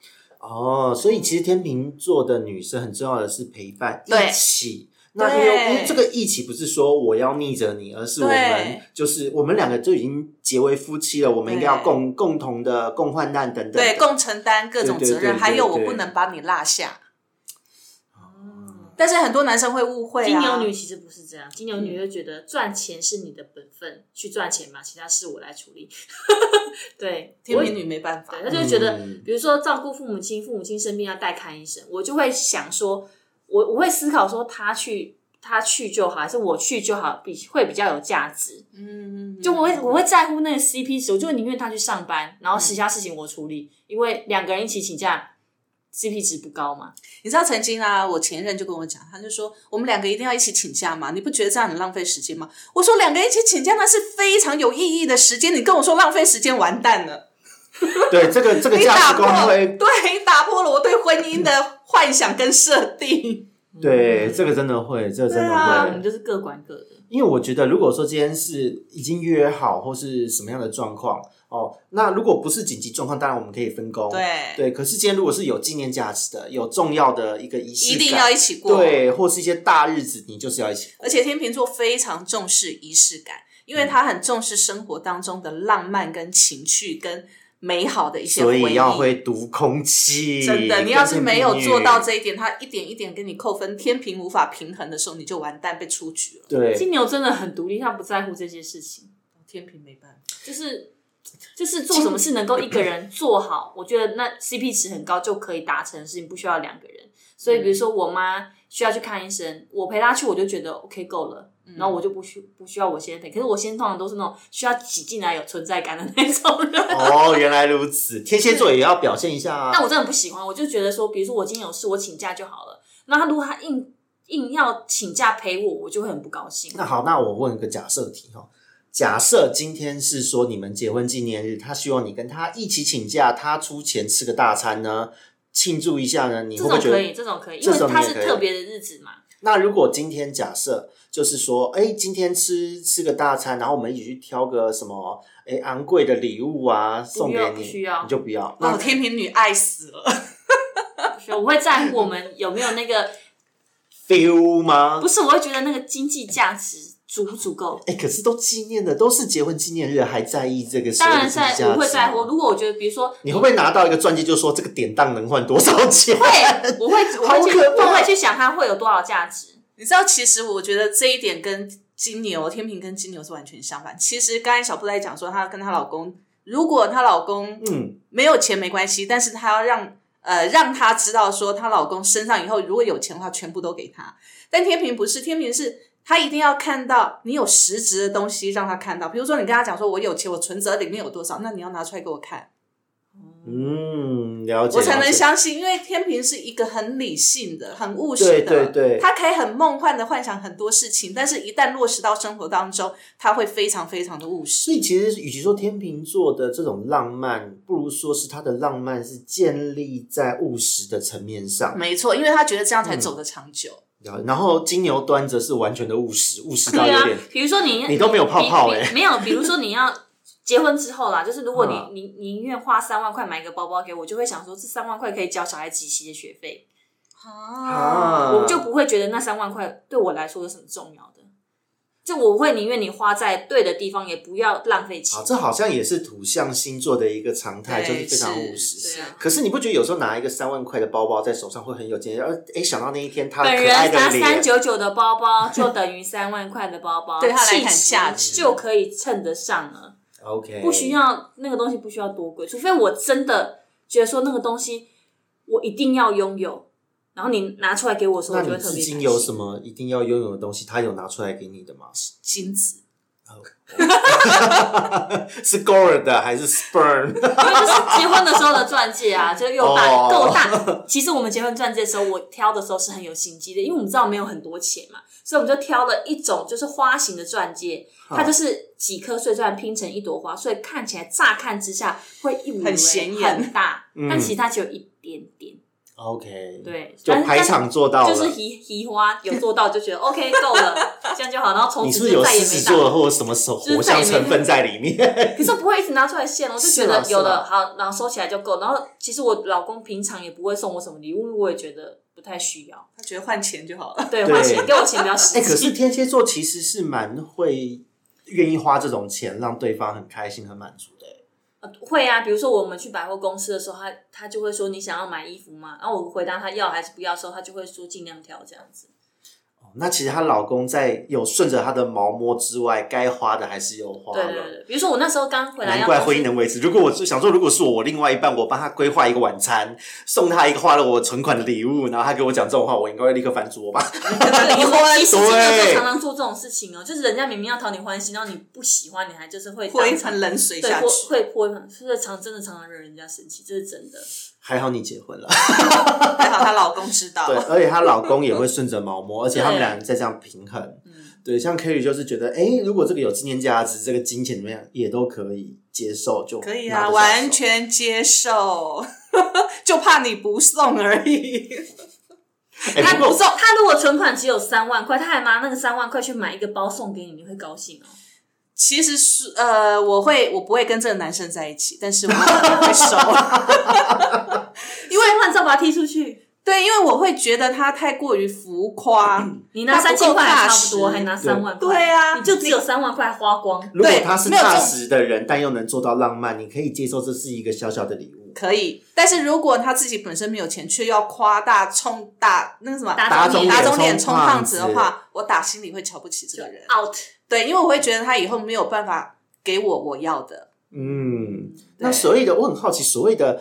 哦，所以其实天秤座的女生很重要的是陪伴，
对
一起。那因为
对
因为这个一起不是说我要逆着你，而是我们
对
就是我们两个就已经结为夫妻了，我们应该要
对
共共同的共患难等等的。
对，共承担各种
对对
责任，
对对
还有我
对
不能把你落下。
哦
但是很多男生会误会、啊，
金牛女其实不是这样，金牛女就觉得赚钱是你的本分，去赚钱嘛，其他事我来处理。 对，
天
我
秤女没办法
对，，他就会觉得，
嗯
比如说照顾父母亲，父母亲生病要带看医生，我就会想说，我我会思考说，他去他去就好，还是我去就好，比会比较有价值。
嗯，
就我会我会在乎那个 CP 值，我就宁愿他去上班，然后其他事情我处理，因为两个人一起请假，CP 值不高嘛。
你知道曾经啊，我前任就跟我讲，他就说我们两个一定要一起请假嘛，你不觉得这样很浪费时间吗？我说两个人一起请假那是非常有意义的时间，你跟我说浪费时间，完蛋了，
对这个这个
你
价
打
值
破
观会，
对，你打破了我对婚姻的幻想跟设定。
对这个真的会，这个真的
嗯对啊
那我
会
们。就是各管各的。
因为我觉得，如果说今天是已经约好或是什么样的状况哦，那如果不是紧急状况，当然我们可以分工。
对，
哦对，可是今天如果是有纪念价值的、有重要的一个仪式
一
感，
定要一起过。，
对，或是一些大日子，你就是要一起。
而且天秤座非常重视仪式感，因
嗯
为他很重视生活当中的浪漫跟情趣跟美好的一些
所
回忆。
以要会读空气。
真的，你要是没有
跟天秤
做到
女，
这一点，他一点一点跟你扣分，天平无法平衡的时候，你就完蛋被出局了。
对
金牛真的很独立，他不在乎这些事情。
天平没办法，
就是就是做什么事能够一个人做好，我觉得那 CP 值很高就可以达成的事情，不需要两个人。所以
嗯
比如说我妈需要去看医生，我陪她去，我就觉得 OK 够了。
嗯
嗯
然后我就不需不需要我先陪，可是我先通常都是那种需要挤进来有存在感的那种人。
哦，原来如此。天蝎座也要表现一下啊。
但我真的不喜欢，我就觉得说，比如说我今天有事，我请假就好了。那他如果他硬硬要请假陪我，我就会很不高兴。
那好，那我问个假设题哈。假设今天是说你们结婚纪念日，他希望你跟他一起请假，他出钱吃个大餐呢，庆祝一下呢，你
这
会不会
种
觉得
可以，这种可以，因为
这种你
它
也
是
可以
特别的日子嘛。
那如果今天假设就是说，哎、今天吃吃个大餐，然后我们一起去挑个什么，哎、昂贵的礼物啊，送给
要
你，
不需要
你就不要。嗯那
哦，天平女爱死了，
我会在乎我们有没有那个
feel 吗
不？是，我会觉得那个经济价值足不 足够？
哎、可是都纪念的，都是结婚纪念日，还在意这个所
当
谓的
然
经济价
在
值？，啊
我会在乎。如果我觉得，比如说，
你会不会拿到一个钻戒，就说这个典当能换多少 钱？
会，我会，我
好
会去，
可怕
我会去想它会有多少 价值。
你知道，其实我觉得这一点跟金牛、天平跟金牛是完全相反。其实刚才小布在讲说，她跟她老公，如果她老公
嗯，
没有钱没关系，但是她要让呃让她知道说，她老公身上以后如果有钱的话，全部都给她。但天平不是，天平是。她一定要看到你有实质的东西让她看到，比如说你跟她讲说，我有钱，我存折里面有多少，那你要拿出来给我看，
嗯，了解，
我才
了
能
解
相信，因为天平是一个很理性的、很务实
对
的，
对对
他可以很梦幻的幻想很多事情，但是一旦落实到生活当中，他会非常非常的务实。
所以其实，与其说天秤座的这种浪漫，不如说是他的浪漫是建立在务实的层面上。
没错，因为他觉得这样才走得长久。
了解然后金牛端则是完全的务实，务实到
对
有
啊
点，
比如说你，
你都没有泡泡
比比
欸
没有，比如说你要结婚之后啦，就是如果
嗯
你你你宁愿花三万块买一个包包给我，就会想说这三万块可以交小孩几期的学费，
嗯
啊，
我就不会觉得那三万块对我来说有什么重要的。就我会宁愿你花在对的地方，也不要浪费钱
好，。啊这好像也是土象星座的一个常态，就
对
是非常务
是
实。
对啊
可是你不觉得有时候拿一个三万块的包包在手上会很有劲？而哎，想到那一天他
本
可爱
人拿
的
三
脸，
九九的包包，就等于三万块的包包，
对他来
气
看
质
价值
就可以称得上了。
OK，
不需要那个东西，不需要多贵，除非我真的觉得说那个东西我一定要拥有，然后你拿出来给我的时候，
那
我就
你
会特
至
别开
今
心。
有什么一定要拥有的东西，他有拿出来给你的吗？
金子，
是 g o r 的还是 sperm？
因为就是结婚的时候的钻戒啊，就是又大
哦
够大。其实我们结婚钻戒的时候，我挑的时候是很有心机的，因为我们知道没有很多钱嘛，所以我们就挑了一种就是花型的钻戒，它就是几颗碎钻拼成一朵花，所以看起来乍看之下会一目
很显眼
很大，
嗯
但其实它只有一点点。
啊 OK，，
对，
就
但是
排场做到
就
了。
是移移花有做到就觉得 OK 够 了，这样就好，然后从
你是不
此
是
就
有
再也
狮
没
子
打
座或者什么手火象成分在里面？
可是我不会一直拿出来献，我就觉
是啦啊
得
是啦
有了好，然后收起来就够。然后其实我老公平常也不会送我什么礼物，因为我也觉得不太需要。
他觉得换钱就好了。
对，
对
花钱给我钱比较实
哎、
际。
可是天蝎座其实是蛮会愿意花这种钱让对方很开心、很满足的、
呃会啊，比如说我们去百货公司的时候，他他就会说你想要买衣服吗？然后我回答他要还是不要的时候，他就会说尽量挑这样子。
哦那其实她老公在有顺着她的毛摸之外，该花的还是有花
对
了。
对对对，比如说我那时候刚回来
难
要
怪
公司
婚姻能维持。如果我是想说，如果是我另外一半，我帮他规划一个晚餐，送他一个花了我存款的礼物，然后他给我讲这种话，我应该会立刻翻桌吧？
对，离婚。其实真的
对
常常做这种事情哦，就是人家明明要讨你欢心，然后你不喜欢，你还就是会
泼一
当场
盆冷水
对
下
泼
去，
会泼一盆，是常真的常常惹人家生气，这是真的。
还好你结婚了，
还好她老公知道
对，。而且她老公也会顺着毛摸，而且他们两人在这样平衡。
嗯
对，像 Kerry 就是觉得，哎、如果这个有纪念价值，这个金钱怎么样也都可以接受，就
可以
拿
啊，
得下手
完全接受， 就怕你不送而已。
哎、
他
不过
送，他如果存款只有三万块，他还拿那个三万块去买一个包送给你，你会高兴哦。
其实是呃，我会我不会跟这个男生在一起，但是我可能会收，
因为万照把他踢出去，
对，因为我会觉得他太过于浮夸。
嗯
你拿
他
三
不
千
够
块
踏
还差不多，
实
还拿三万块，
对啊
你就只有三万块花光。
如果
对
他是
没有这
踏
种
实的人，但又能做到浪漫，你可以接受这是一个小小的礼物。
可以，但是如果他自己本身没有钱，却要夸大冲大那个什么
打
打
肿
肿
脸
打肿脸充胖子
子
的，话，我打心里会瞧不起这
就
个人。
out，
对，因为我会觉得他以后没有办法给我我要的。
嗯，
对
那所谓的我很好奇，所谓的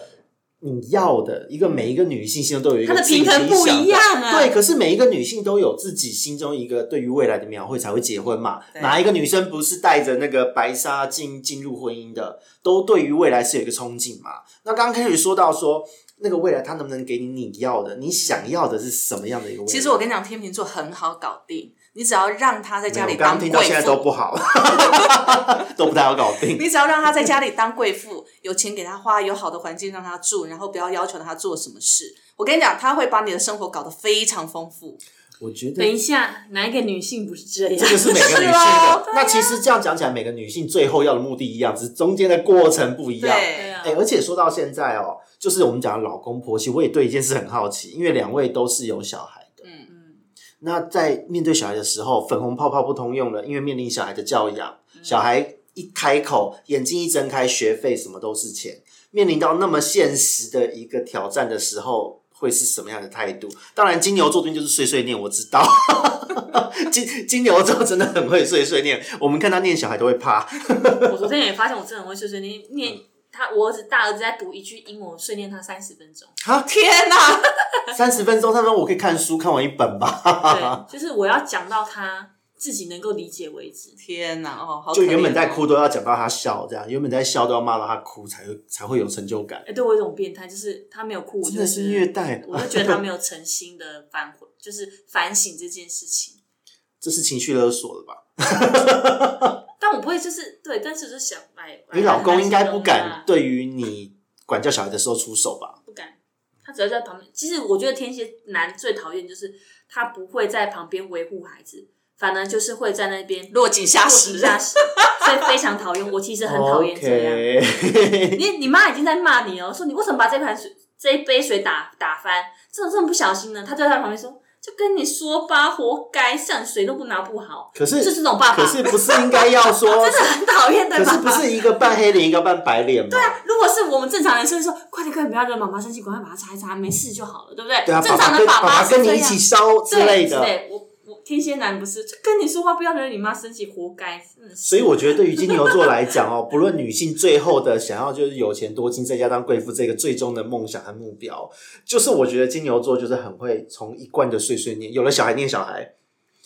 你要的一个每一个女性心中都有一个
他的平
自
衡
己理
不
想的
一样啊。
对，，可是每一个女性都有自己心中一个对于未来的描绘，才会结婚嘛。
对
哪一个女生不是带着那个白纱进进入婚姻的？都对于未来是有一个憧憬嘛。那刚刚开始说到说，那个未来他能不能给你你要的，你想要的是什么样的一个未来？
其实我跟你讲，天秤座很好搞定，你只要让他在
没
家
有
里
刚
当
刚
贵
听到现在都
妇，
不好， 都不太好搞定。
你只要让他在家里当贵妇，有钱给他花，有好的环境让他住，然后不要要求他做什么事。我跟你讲，他会把你的生活搞得非常丰富。
我觉得
等一下，哪一个女性不是这样？
这个是每个女性
是哦
的。那其实这样讲起来，每个女性最后要的目的一样，只是中间的过程不一样。
对啊
哎、，而且说到现在哦，就是我们讲的老公婆媳，我也对一件事很好奇，因为两位都是有小孩的。
嗯，
嗯，
那在面对小孩的时候，粉红泡泡不通用了，因为面临小孩的教养，
嗯
小孩一开口，眼睛一睁开，学费什么都是钱。面临到那么现实的一个挑战的时候，会是什么样的态度？当然，金牛座最近就是碎碎念，我知道。 金金牛座真的很会碎碎念，我们看他念小孩都会怕。
我昨天也发现我真的很会碎碎念，念他我儿子大儿子在读一句英文，我碎念他三十分钟。
哈，
天哪！
三十分钟，他说我可以看书看完一本吧。
对，就是我要讲到他自己能够理解为止。
天哪！哦，好可
就
怜哦
原本在哭都要讲到他笑，这样原本在笑都要骂到他哭才会才会有成就感
哎、，对我有一种变态，就是他没有哭，我
真
就
的是虐待。
我就觉得他没有诚心的反悔，就是反省这件事情。
这是情绪勒索了吧？
但我不会，就是对，但是我就想，哎，
你老公应该不敢
哎，
对于你管教小孩的时候出手吧？
不敢。他只要在旁边，其实我觉得天蝎男最讨厌就是他不会在旁边维护孩子，反而就是会在那边
落井下石
落井下石，所以非常讨厌。我其实很讨厌这样。
OK，
你你妈已经在骂你哦，说你为什么把这盘水这一杯水打打翻，这种这么不小心呢？他就在旁边说，就跟你说吧，活该，像水都不拿不好，
可
就是这种爸爸，
可是不是应该要说
啊真？的很讨厌的啊
可
爸
是不
爸。
是一个扮黑脸，一个扮白脸吗？
如果是我们正常人，是说快点快点，不要惹妈妈生气，赶快把它擦一擦，没事就好了，对不对？
对啊，
正
爸
常
爸
的
跟
爸
爸爸
是
跟
这
你
样
一起烧之
对
类
之
的。
我我天蝎男不是，就跟你说话不要惹你妈生气，活该，嗯真的是。
所以我觉得，对于金牛座来讲哦， 不论女性最后的想要就是有钱多金，在家当贵妇这个最终的梦想和目标，就是我觉得金牛座就是很会从一贯的碎碎念，有了小孩念小孩，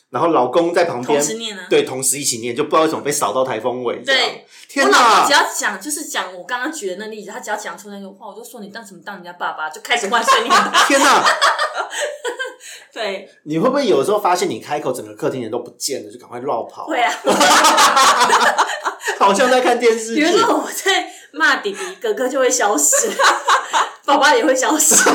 然后老公在旁边
同时念啊。
对，同时一起念，就不知道为什么被扫到台风尾。这
对
样，
我
天
老公只
哪！
要讲，就是讲我刚刚举的那例子，他只要讲出那个话，我就说你当什么当人家爸爸，就开始换 声音。
天哪！
对，
你会不会有时候发现你开口，整个客厅人都不见了，就赶快绕 跑，
会啊。
好像在看电视
比
剧
如。说我在骂弟弟，哥哥就会消失， 爸爸也会消失，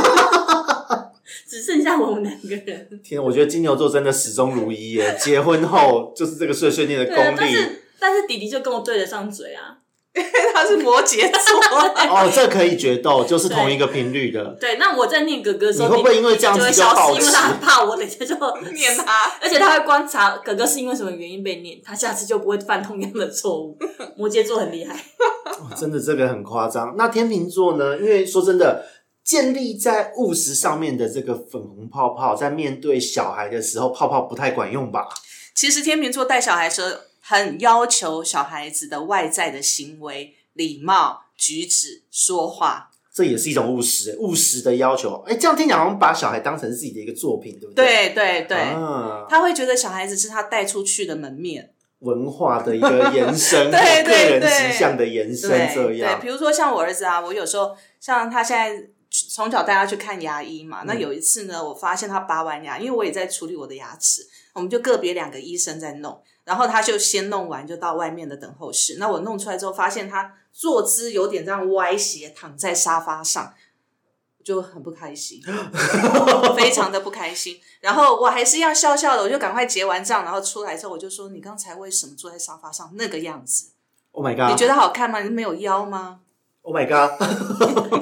只剩下我们两个人。
天，我觉得金牛座真的始终如一耶！结婚后就是这个碎碎念的
对啊，
功
但
力
是但是弟弟就跟我对得上嘴啊。
他是摩羯 座，
哦，这可以决斗，就是同一个频率 的。
对，那我在念哥哥的时候，
你会不会因为这样子
弟弟
就
就会消
暴
失？
吃
因为他 很怕我，等一下就
念。他。
而且他会观察哥哥是因为什么原因被念，他下次就不会犯同样的错误。摩羯座很厉害，
哇哦真的这个很夸张。那天秤座呢？因为说真的，建立在务实上面的这个粉红泡泡，在面对小孩的时候，泡泡不太管用吧？
其实天秤座带小孩的时候，很要求小孩子的外在的行为、礼貌、举止、说话。
这也是一种务实，务实的要求。哎，这样听起来好像把小孩当成自己的一个作品，对不对？
对对对，
啊，
他会觉得小孩子是他带出去的门面。
文化的一个延 伸，
对对
个人
对
形象的延伸，
对
这
对，
样
比如说像我儿子啊，我有时候像他现在从小带他去看牙医嘛，那
嗯
有一次呢，我发现他拔完牙，因为我也在处理我的牙齿，我们就个别两个医生在弄，然后他就先弄完就到外面的等候室，那我弄出来之后发现他坐姿有点这样歪斜，躺在沙发上。就很不开 心，非常的不开心。然后我还是要笑笑的，我就赶快结完账，然后出来之后我就说：“你刚才为什么坐在沙发上那个样子？”
Oh
啊
my
你
god！
觉得好看吗？你没有腰吗？
Oh my god！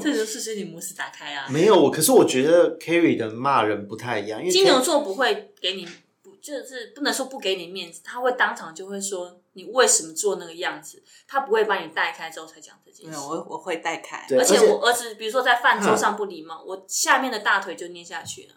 这就是心理模式打开啊。
没有我，可是我觉得 Carrie 的骂人不太一样，因为
金牛座不会给你，不就是不能说不给你面子，他会当场就会说你为什么做那个样子，他不会把你带开之后才讲这件
没
事
有，。我我会带开。
对
而且
而且
我儿子，比如说在饭桌上不礼貌，我下面的大腿就捏下去了。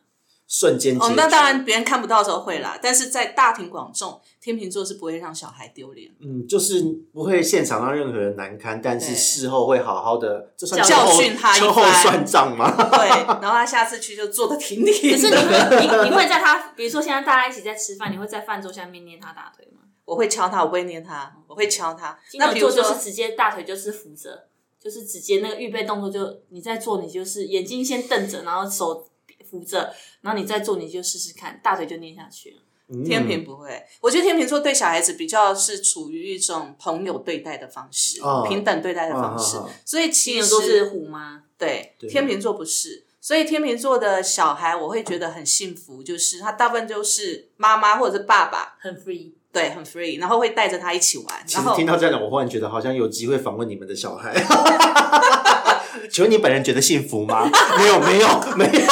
瞬间
哦
解，
那
决
当然别人看不到的时候会啦，但是在大庭广众，天秤座是不会让小孩丢 脸。
嗯，就是不会现场让任何人难堪，但是
对
事后会好好的，这算
教
秋后
训他一
秋后
番
算 账吗？
对，然后他下次去就坐的挺
可
挺
是你
的。
会，你你会在他，比如说现在大家一起在吃饭，你会在饭桌下面捏他大腿吗？
我会敲他，我不会捏他，我会敲他。
金
那
牛
比如
座
说
就是直接大腿就是扶着，就是直接那个预备动作就你在做，你就是眼睛先瞪着，然后手扶着，然后你再做，你就试试看，大腿就捏下去了。
嗯
天秤不会，我觉得天秤座对小孩子比较是处于一种朋友对待的方式，
哦
平等对待的方式。
哦哦哦
所以
金
其
牛
实
座是虎妈，
对，
对
天秤座不是，所以天秤座的小孩我会觉得很幸福，就是他大部分就是妈妈或者是爸爸，
很 free。
对，很 free，然后会带着他一起玩，
其
然
实
后
听到这样讲，我忽然觉得好像有机会访问你们的小孩。 请问你本人觉得幸福 吗？没有，没有，没有，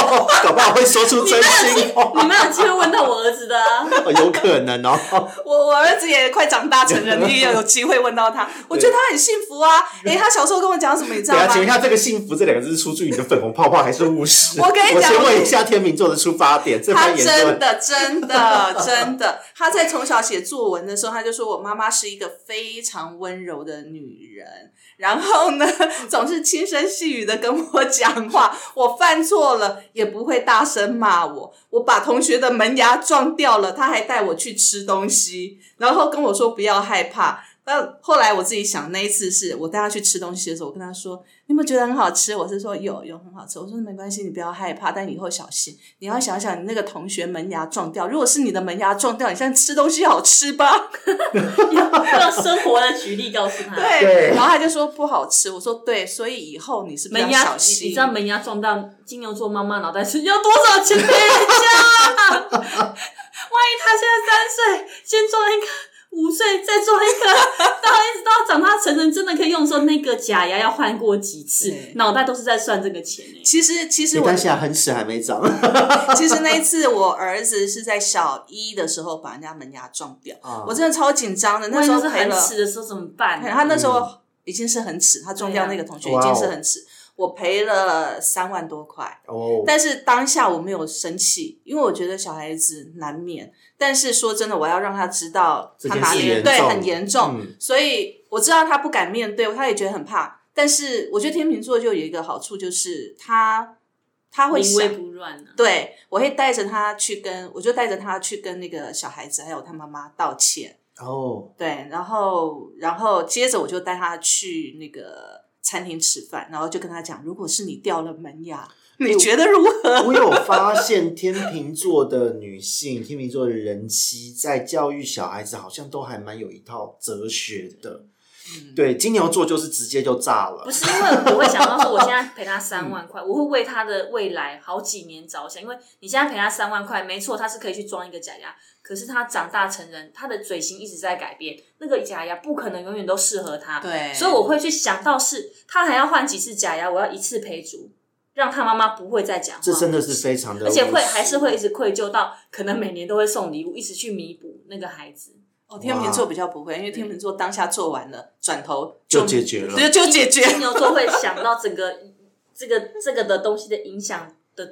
搞不好会说出真心话，
你没有机会问到我儿子的、啊，
有可能哦。
我我儿子也快长大成 人，你也有机会问到他，我觉得他很幸福啊。诶，他小时候跟我讲什么，你知
等
道
一下，
吗
啊请？问一下，这个“幸福”这两个字是出自于你的粉红泡泡，还是务实？
我跟你
我
讲
先问一下天秤座的出发点，这
他
番言
真
论
的真的真的，他在从小写作文的时候，他就说我妈妈是一个非常温柔的女人，然后呢，总是轻声细语的跟我讲话，我犯错了也不会大声骂我，我把同学的门牙撞掉了，他还带我去吃东西，然后跟我说不要害怕。那后来我自己想，那一次是我带他去吃东西的时候，我跟他说：“你有没有觉得很好吃？”我是说有有很好吃。我说没关系，你不要害怕，但以后小心。你要想想，你那个同学门牙撞掉，如果是你的门牙撞掉，你现在吃东西好吃 吧？
用生活的举例告诉他。
对。
对
然后他就说不好吃，我说对，所以以后你是不是
门
要
牙，
小
你
心。
你知道门牙撞到金牛座妈妈脑袋是要多少钱给 人家？万一他现在三岁，先撞一个，五岁再撞一个，到一直到长大成人，真的可以用的时候，那个假牙要换过几次
对，
脑袋都是在算这个钱欸
其实其实
没
我
关系啊，恒齿还没长。
其实那一次我儿子是在小一的时候把人家门牙撞掉，
啊
我真的超紧张的，那
万一
时候
是
赔
很
了。
齿的时候怎么办
对
啊？
他那时候已经是很耻，他撞掉那个同学已经是很耻，我赔了三万多块。
哦，
但是当下我没有生气，因为我觉得小孩子难免。但是说真的，我要让他知道
这
他
件
哪
事
里
严
对
重
很严重，
嗯
所以我知道他不敢面对，他也觉得很怕。但是我觉得天秤座就有一个好处，就是他他会
临危
想，
不乱啊呢、
对我会带着他去跟，我就带着他去跟那个小孩子还有他妈妈道歉。
哦，
对，然后然后接着我就带他去那个餐厅吃饭，然后就跟他讲，如果是你掉了门牙，你觉得如何？
我有发现天秤座的女性，天秤座的人妻在教育小孩子，好像都还蛮有一套哲学的。
嗯
对，金牛座就是直接就炸了
不。是因为我会想到说，我现在赔他三万块，我会为他的未来好几年着想。因为你现在赔他三万块，没错，他是可以去装一个假牙，可是他长大成人，他的嘴型一直在改变，那个假牙不可能永远都适合他。
对
所以我会去想到是，他还要换几次假牙，我要一次赔足，让他妈妈不会再讲话。
这真的是非常的无
啊而
耻，
且会还是会一直愧疚到，可能每年都会送礼物，一直去弥补那个孩子。
哦，天秤座比较不会，因为天秤座当下做完了，转头
就解决了。
就就解决
金牛座会想到整个这个这个的东西的影响的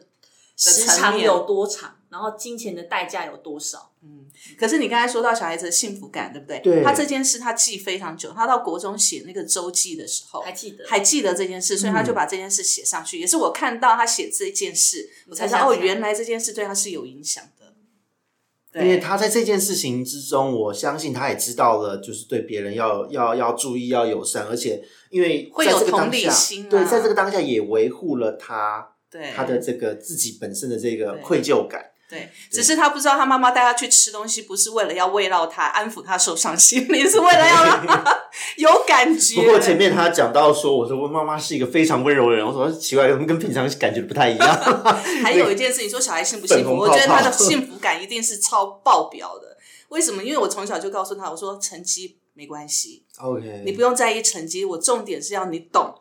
时
层
长
面
有多长，然后金钱的代价有多少。
可是你刚才说到小孩子的幸福感，对不对？
对
他这件事他记非常久，他到国中写那个周记的时候，
还记得
还记得这件事，所以
嗯
他就把这件事写上去。也是我看到他写这件事，我才知道
才想
哦，
起来
原来这件事对他是有影响的。对
因为他在这件事情之中，我相信他也知道了，就是对别人要要要注意，要友善，而且因为
会
在
有
这个
同
当
理
下
心啊
对，在这个当下也维护了他
对
他的这个自己本身的这个
对
愧疚感。
对，只是他不知道他妈妈带他去吃东西，不是为了要慰劳他、安抚他受伤心灵，是为了要让 他有感觉。
不过前面他讲到说，我说我妈妈是一个非常温柔的人，我说奇怪，怎么跟平常感觉不太一样？
还有一件事，你说小孩幸不幸
粉
福？
红
我觉得
泡泡
他的幸福感一定是超爆表的。为什么？因为我从小就告诉他，我说成绩没关系，
OK，
你不用在意成绩，我重点是要你懂，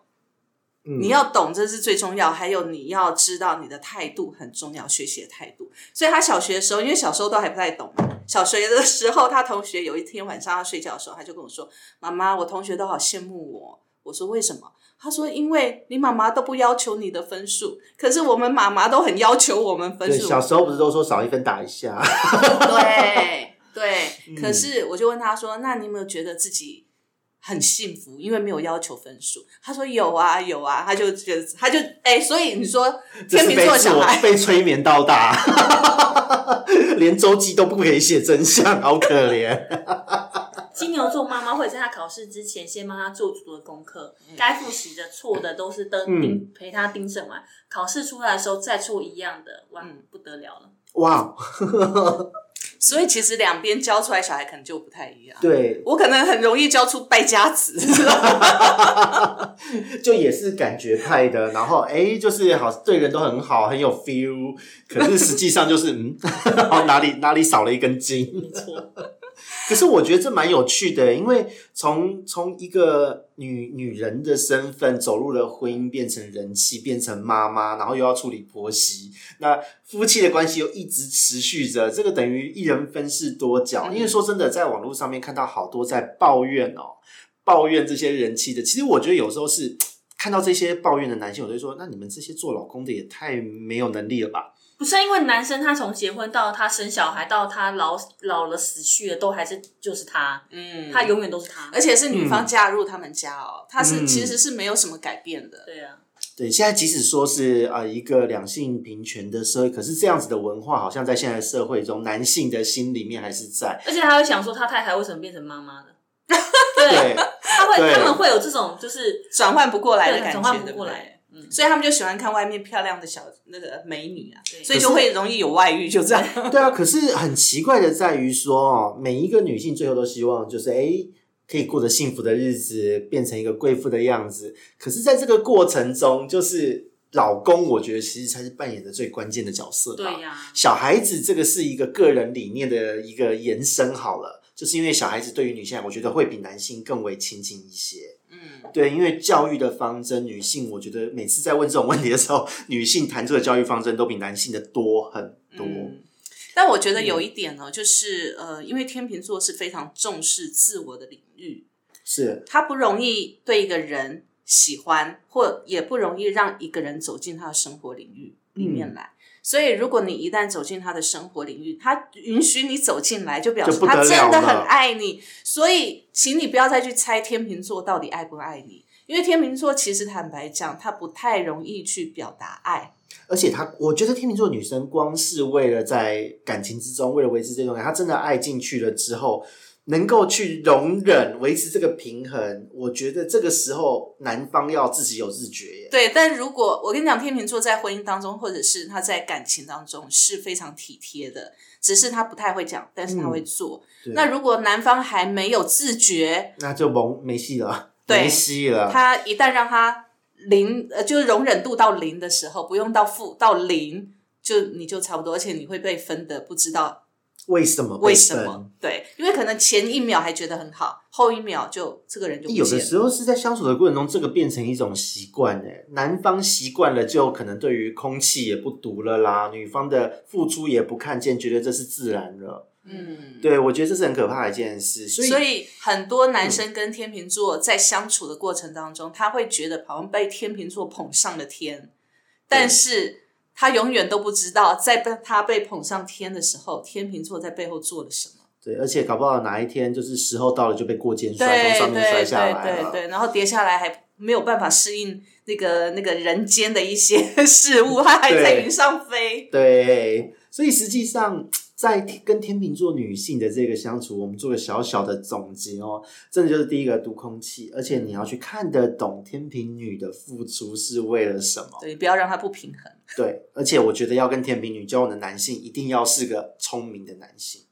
嗯
你要懂这是最重要，还有你要知道你的态度很重要，学习的态度。所以他小学的时候，因为小时候都还不太懂嘛，小学的时候，他同学有一天晚上要睡觉的时候，他就跟我说：“妈妈，我同学都好羡慕我。”我说：“为什么？”他说：“因为你妈妈都不要求你的分数，可是我们妈妈都很要求我们分
对
数。”
小时候不是都说少一分打一下？
对
嗯
对，可是我就问他说：“那你有没有觉得自己很幸福？因为没有要求分数。”他说：“有啊，有啊。”他就觉得，他就哎、所以你 说
这
天
是
秤
被
座
自
小
我
啊
孩，
被催眠到大， 连周记都不可以写真相，好可怜。
金牛座妈妈会在他考试之前先帮他做足了功课，
嗯
该复习的错的都是都
嗯
盯陪他盯正完，考试出来的时候再错一样的，哇
嗯，
不得了了。
哇，
所以其实两边教出来小孩可能就不太一样。
对，
我可能很容易教出败家子，知 道吗
就也是感觉派的，然后哎、诶就是好对人都很好，很有 feel，可 是实际上就是嗯，然后哪里哪里少了一根筋。
没错，
可是我觉得这蛮有趣的，因为从从一个女女人的身份走入了婚姻，变成人妻，变成妈妈，然后又要处理婆媳，那夫妻的关系又一直持续着，这个等于一人分饰多
嗯
角。因为说真的，在网络上面看到好多在抱怨哦，抱怨这些人妻的，其实我觉得有时候是。看到这些抱怨的男性，我就会说：那你们这些做老公的也太没有能力了吧？
不是啊因为男生他从结婚到他生小孩到他老老了死去了，都还是就是他，
嗯，
他嗯永远都是他。
而且是女方嫁入他们家哦，他是、
嗯
其实是没有什么改变的。
对啊，
对，现在即使说是呃一个两性平权的社会，可是这样子的文化好像在现在的社会中，男性的心里面还是在。
而且他会想说，他太太为什么变成妈妈了？
对，
他会
对
他们会有这种就是
转换不过来的
对
感觉，
转换不
对
过
对
来。嗯，
所以他们就喜欢看外面漂亮的小那个美女啊，
对
所以就会容易有外遇，就这样。
对啊。可是很奇怪的在于说，哦，每一个女性最后都希望就是诶可以过着幸福的日子，变成一个贵妇的样子。可是，在这个过程中，就是老公，我觉得其实才是扮演的最关键的角色吧。
对呀、
小孩子这个是一个个人理念的一个延伸，好了，就是因为小孩子对于女性，我觉得会比男性更为亲近一些。
嗯，
对，因为教育的方针，女性我觉得每次在问这种问题的时候，女性谈出的教育方针都比男性的多很多。嗯
嗯但我觉得有一点呢、就是呃，因为天秤座是非常重视自我的领域，
是，
他不容易对一个人喜欢，或也不容易让一个人走进他的生活领域里
嗯
面来。所以，如果你一旦走进他的生活领域，他允许你走进来，就表示
就不得
他
了
真的
了
很爱你。所以，请你不要再去猜天秤座到底爱不爱你，因为天秤座其实坦白讲，他不太容易去表达爱。
而且她，我觉得天秤座女生光是为了在感情之中，为了维持这种感，她真的爱进去了之后，能够去容忍、维持这个平衡，我觉得这个时候男方要自己有自觉耶。
对，但如果我跟你讲，天秤座在婚姻当中，或者是他在感情当中是非常体贴的，只是他不太会讲，但是他会做。
嗯对
那如果男方还没有自觉，
那就蒙没戏了，
对
没戏了。
他一旦让他零，呃，就是容忍度到零的时候，不用到负到零，就你就差不多，而且你会被分的不知道
为什么？
为什么？？对，因为可能前一秒还觉得很好，后一秒就这个人就不
有
见
的
了。
时候是在相处的过程中，这个变成一种习惯哎，男方习惯了，就可能对于空气也不读了啦，女方的付出也不看见，觉得这是自然了。
嗯，
对，我觉得这是很可怕的一件事。所以，
所以很多男生跟天秤座在相处的过程当中，他会觉得好像被天秤座捧上了天，但是他永远都不知道，在被他被捧上天的时候，天秤座在背后做了什么。
对，而且搞不好哪一天就是时候到了，就被过肩摔，
对
从上
对
面摔
对
下来
对
了。
对，然后跌下来还没有办法适应那个那个人间的一些事物，他还在
对
云上飞。
对，所以实际上在跟天秤座女性的这个相处，我们做个小小的总结哦，真的就是第一个读空气，而且你要去看得懂天秤女的付出是为了什么。
对，不要让他不平衡。
对，而且我觉得要跟天秤女交往的男性，一定要是个聪明的男性，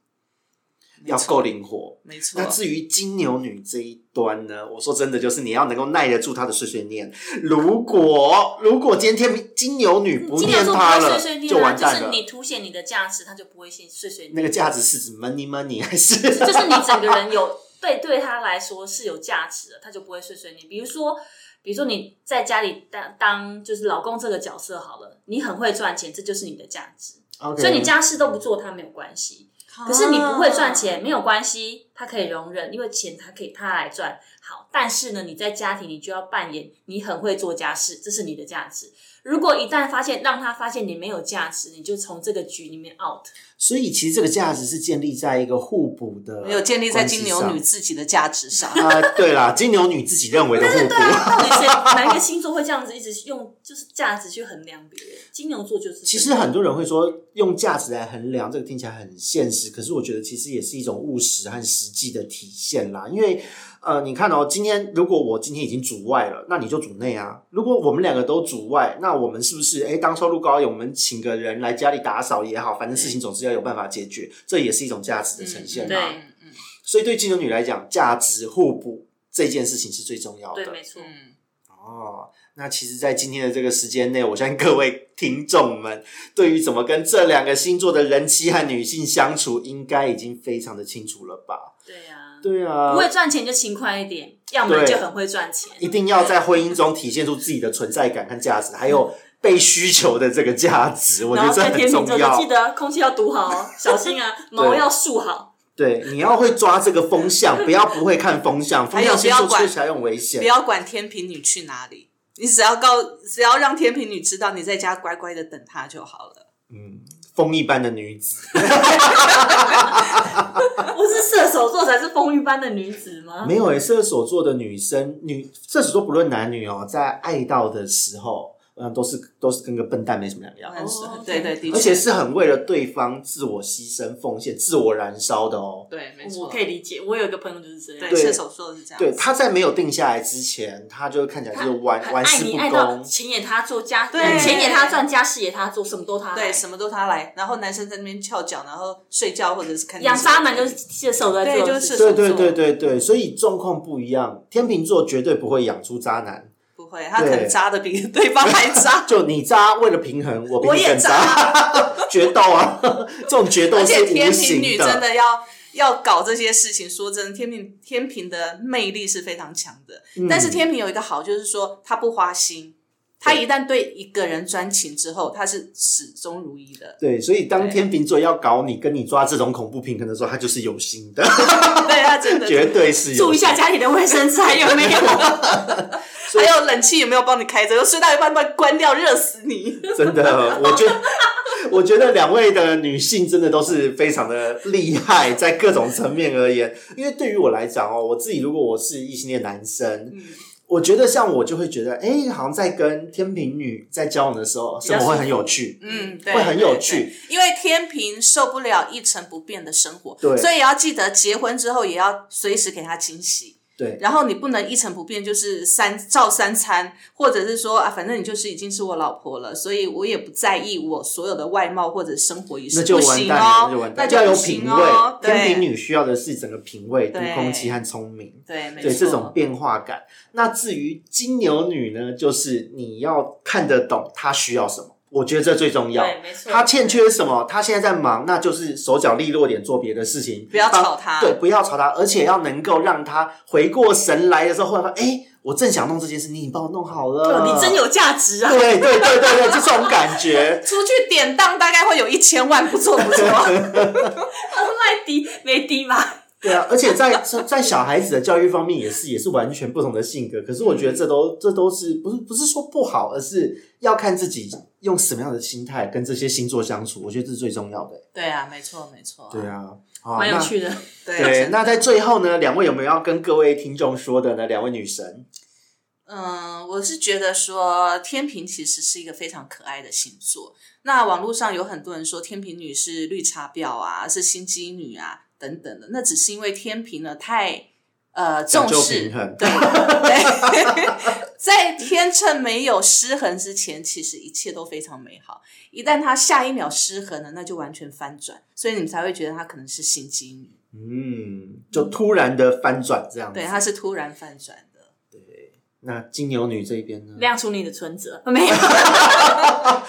要够灵活。
没错
那，至于金牛女这一端呢，我说真的，就是你要能够耐得住她的碎碎念。如果如果今天天金牛女不
金牛
念
座
她
不
了，
会碎碎
就
念啊，
完
就
蛋
是
了。
你凸显你的价值，他就不会先碎碎念。
那个价值是指 money money 还是？
就是你整个人有对对他来说是有价值的，他就不会碎碎念。比如说，比如说你在家里当当就是老公这个角色好了，你很会赚钱，这就是你的价值。
OK，
所以你家事都不做，他没有关系。可是你不会赚钱，没有关系，他可以容忍，因为钱他可以他来赚。好，但是呢，你在家庭你就要扮演你很会做家事，这是你的价值。如果一旦发现让他发现你没有价值，你就从这个局里面 out。
所以其实这个价值是建立在一个互补的，
没有建立在金牛女。自己的价值 上。
啊、对啦，金牛女自己认为的互
啊
补。
到底谁哪一个星座会这样子一直用就是价值去衡量别人？金牛座就是这样。
其实很多人会说用价值来衡量，这个听起来很现实，可是我觉得其实也是一种务实和实际的体现啦。因为呃，你看哦，今天如果我今天已经主外了，那你就主内啊。如果我们两个都主外，那我们是不是诶，当收入高一点，我们请个人来家里打扫也好，反正事情总是要有办法解决，这也是一种价值的呈现啊
嗯
嘛。
对
嗯嗯
所以对金牛女来讲，价值互补这件事情是最重要的。
对，没错。
嗯，
哦，那其实，在今天的这个时间内，我相信各位听众们对于怎么跟这两个星座的人妻和女性相处，应该已经非常的清楚了吧？
对呀、
对
啊，
啊
不，会赚钱就勤快一点，要么
对
就很会赚钱。
一定要在婚姻中体现出自己的存在感和价值，还有被需求的这个价值，我觉
然
得
后
这
在天
很重
秤座就记
要。
得空气要堵好哦，小心 啊，毛要竖好。
对，你要会抓这个风向，不要不会看风 向，风
还有不
向星座
要管
确实还很危险
不。要管天平女去哪里，你只要告，只要让天平女知道你在家乖乖的等她就好了。
嗯，风一般的女子。
不是射手座才是风一般的女子
哦
吗？
没有诶、射手座的女生，女射手座不论男女哦，在爱到的时候，嗯、都是都是跟个笨蛋没什么两样，
但是
哦
对嗯对，的确，
而且是很为了对方自我牺牲、奉献、自我燃烧的哦。
对，没
我
错，
可以理解，我有一个朋友就是这
对
样。
对
射手座是这样子，
对，他在没有定下来之前，他就看起来
他
是玩
他
玩
爱
世
你
不
爱到
恭。
钱也他做家，
对
钱也他赚，家事也他做，什么都他来
对，什么都他来，然后男生在那边翘脚，然后睡觉或者是看电
养
视
渣男就是射手在
对
做
就
的
是
事情，
射手
对
座
对对对对，所以状况不一样。天秤座绝对不会养出渣男，
不会，他可能渣的比对方还渣，
就你渣，为了平衡， 我比
我
你
也
更
渣，
决斗啊！ 这种决斗
而
是
且
无
天平女
形
真的要。要搞这些事情，说真的，天平天平的魅力是非常强的。
嗯
但是天平有一个好，就是说他不花心，他一旦对一个人专情之后，他是始终如一的。
对，所以当
对啊
天秤座要搞你，跟你抓这种恐怖平衡的时候，他就是有心的，
对啊，真的
绝对是有心。
注意一下家里的卫生纸还有没有？
还有冷气也没有帮你开着，睡到一半把你关掉，热死你。
真的，我觉得。我觉得两位的女性真的都是非常的厉害，在各种层面而言。因为对于我来讲哦，我自己如果我是异性恋男生，
嗯，
我觉得像我就会觉得，哎、好像在跟天平女在交往的时候，
比较
生活会很有趣。
嗯，对，
会很有趣
对。对因为天平受不了一成不变的生活，
对
所以也要记得结婚之后也要随时给他惊喜。
对，
然后你不能一成不变，就是三照三餐，或者是说啊，反正你就是已经是我老婆了，所以我也不在意我所有的外貌或者生活仪式，
那就
不
完
行
蛋了，
哦，
就完
那
蛋，要有
不
品
行
味。
哦，
天平
对
女需要的是整个品味、读
对
空气和聪明。
对，没
对这
错
种变化感。那至于金牛女呢，就是你要看得懂她需要什么，我觉得这最重要。
对，没错。
她欠缺什么？她现在在忙，那就是手脚利落点做别的事情，
不要
帮
吵她
对，不要吵她，而且要能够让她回过神来的时候，忽然发现，哎，我正想弄这件事，你已经帮我弄好了，
你真。有价值啊！
对对对对对，这种感觉，
出去典当大概会有一千万，不错不 错。
麦迪没迪吧？
对啊，而且在在在小孩子的教育方面也是也是完全不同的性格。可是我觉得这都这都是不是不是说不好，而是要看自己用什么样的心态跟这些星座相处，我觉得这是最重要的。
对啊，没错没错。
对啊，好
蛮有
那
趣的。
对，那在最后呢，两位有没有要跟各位听众说的呢？两位女神，
嗯，我是觉得说天平其实是一个非常可爱的星座。那网络上有很多人说天平女是绿茶婊啊，是心机女啊等等的，那只是因为天平呢太呃
讲
重
究
视
平衡
对 对， 在天秤没有失衡之前，其实一切都非常美好。一旦它下一秒失衡了，那就完全翻转，所以你们才会觉得她可能是心机女。
嗯，就突然的翻转这样子。
对，她是突然翻转的。
那金牛女这边呢，
亮出你的存折，没有，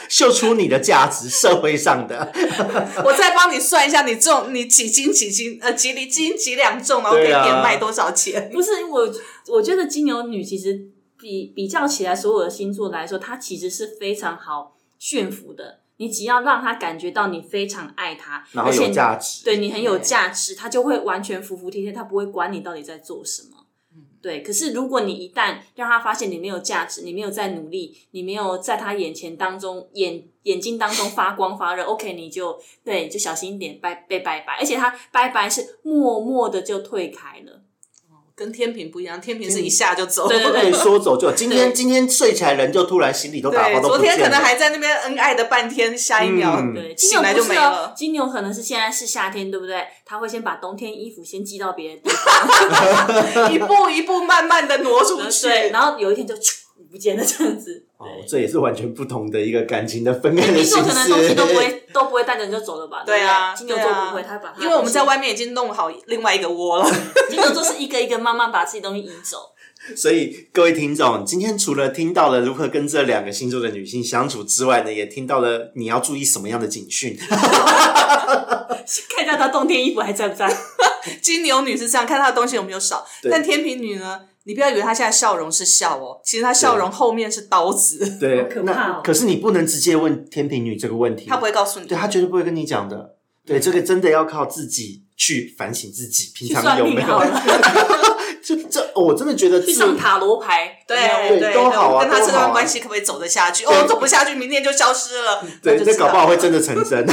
秀出你的价值，社会上的。
我再帮你算一下，你重你几斤几斤呃几厘斤几两重，然后可以
对啊
变卖多少钱？
不是我，我觉得金牛女其实比比较起来所有的星座来说，她其实是非常好驯服的。你只要让她感觉到你非常爱她，
然后
而且
有
你
价值
对你很有
对
价值，她就会完全服服帖帖，她不会管你到底在做什么。对，可是如果你一旦让她发现你没有价值，你没有在努力，你没有在她眼前当中眼眼睛当中发光发热，OK，你就对你就小心一点，拜被拜拜，而且她拜拜是默默的就退开了。
跟天平不一样，天平是一下就走。
对对对
对，说走就走今天
对
今天睡起来人就突然行李都 打包
对
都不
昨天
见
可能
了。
还在那边恩爱的半天，下一秒、
嗯
对，金
醒
牛
来
不
就是没
哦，
了。
金牛可能是现在是夏天，对不对？他会先把冬天衣服先寄到别人地方，
一步一步慢慢的挪出去。
对，然后有一天就不见了这样子。
哦
对，
这也是完全不同的一个感情的分开的
金
形
座可能东
式
西。都不 会都不会带着你就走了吧？
对啊，
不金牛
对
座
啊
不会，他把它
因为我们在，外面已经弄好另外一个窝了。
金牛座是一个一个慢慢把自己东西移走。
所以各位听众，今天除了听到了如何跟这两个星座的女性相处之外呢，也听到了你要注意什么样的警 讯。
看一下他冬天衣服还在不在？
金牛女是这样，看她的东西有没有少。
对
但天平女呢？你不要以为她现在笑容是笑哦，其实她笑容后面是刀子，
对，
好可怕哦
那可是你不能直接问天平女这个问题，
她不会告诉你。
对她绝对不会跟你讲的。对，这个真的要靠自己去反省自己，平
去
常
算
有没
命
有
好？了，
就这，我真的觉得
去
自
上塔罗牌。
对
对都好啊
跟他
都
这
好
段
啊
关系可不可以走得下去？
对
哦，走不下去，明天就消失了。
对，
那就
这
知道
搞不好会真的成 真。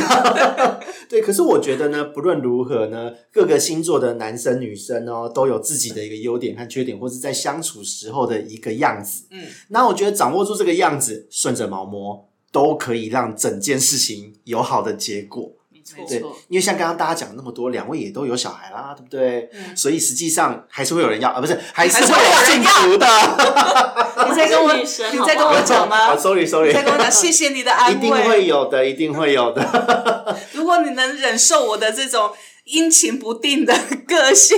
对，可是我觉得呢，不论如何呢，各个星座的男生女生哦，都有自己的一个优点和缺点，或是在相处时候的一个样子。
嗯，
那我觉得掌握住这个样子，顺着毛摸，都可以让整件事情有好的结果。
没错
没
对
错，
因为像刚刚大家讲那么多，两位也都有小孩啦，对不对？
嗯
所以实际上还是会有人要，啊，不是，还是
还是
会
会有
有
人
幸福的。
你在跟我，
我是女生
你在跟
好不
我
好
讲吗
啊？？Sorry
你
Sorry，
在跟我讲，谢谢你的
一
安
定
慰。
会有的，一定会有的。
如果你能忍受我的这种阴晴不定的个性，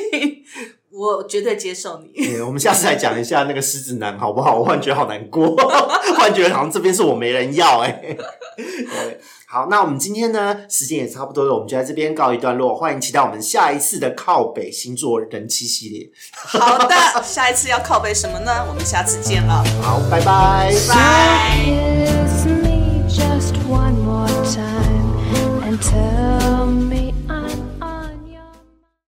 我绝对接受你。
欸我们下次来讲一下那个狮子男好不好？我幻觉好难过， 幻觉好像这边是我没人要哎、欸。对好，那我们今天呢，时间也差不多了，我们就在这边告一段落。欢迎期待我们下一次的靠北星座人气系列。
好的，下一次要靠背什么呢？我们下次见了，
好，拜拜，
拜。
Kiss me just one more time and tell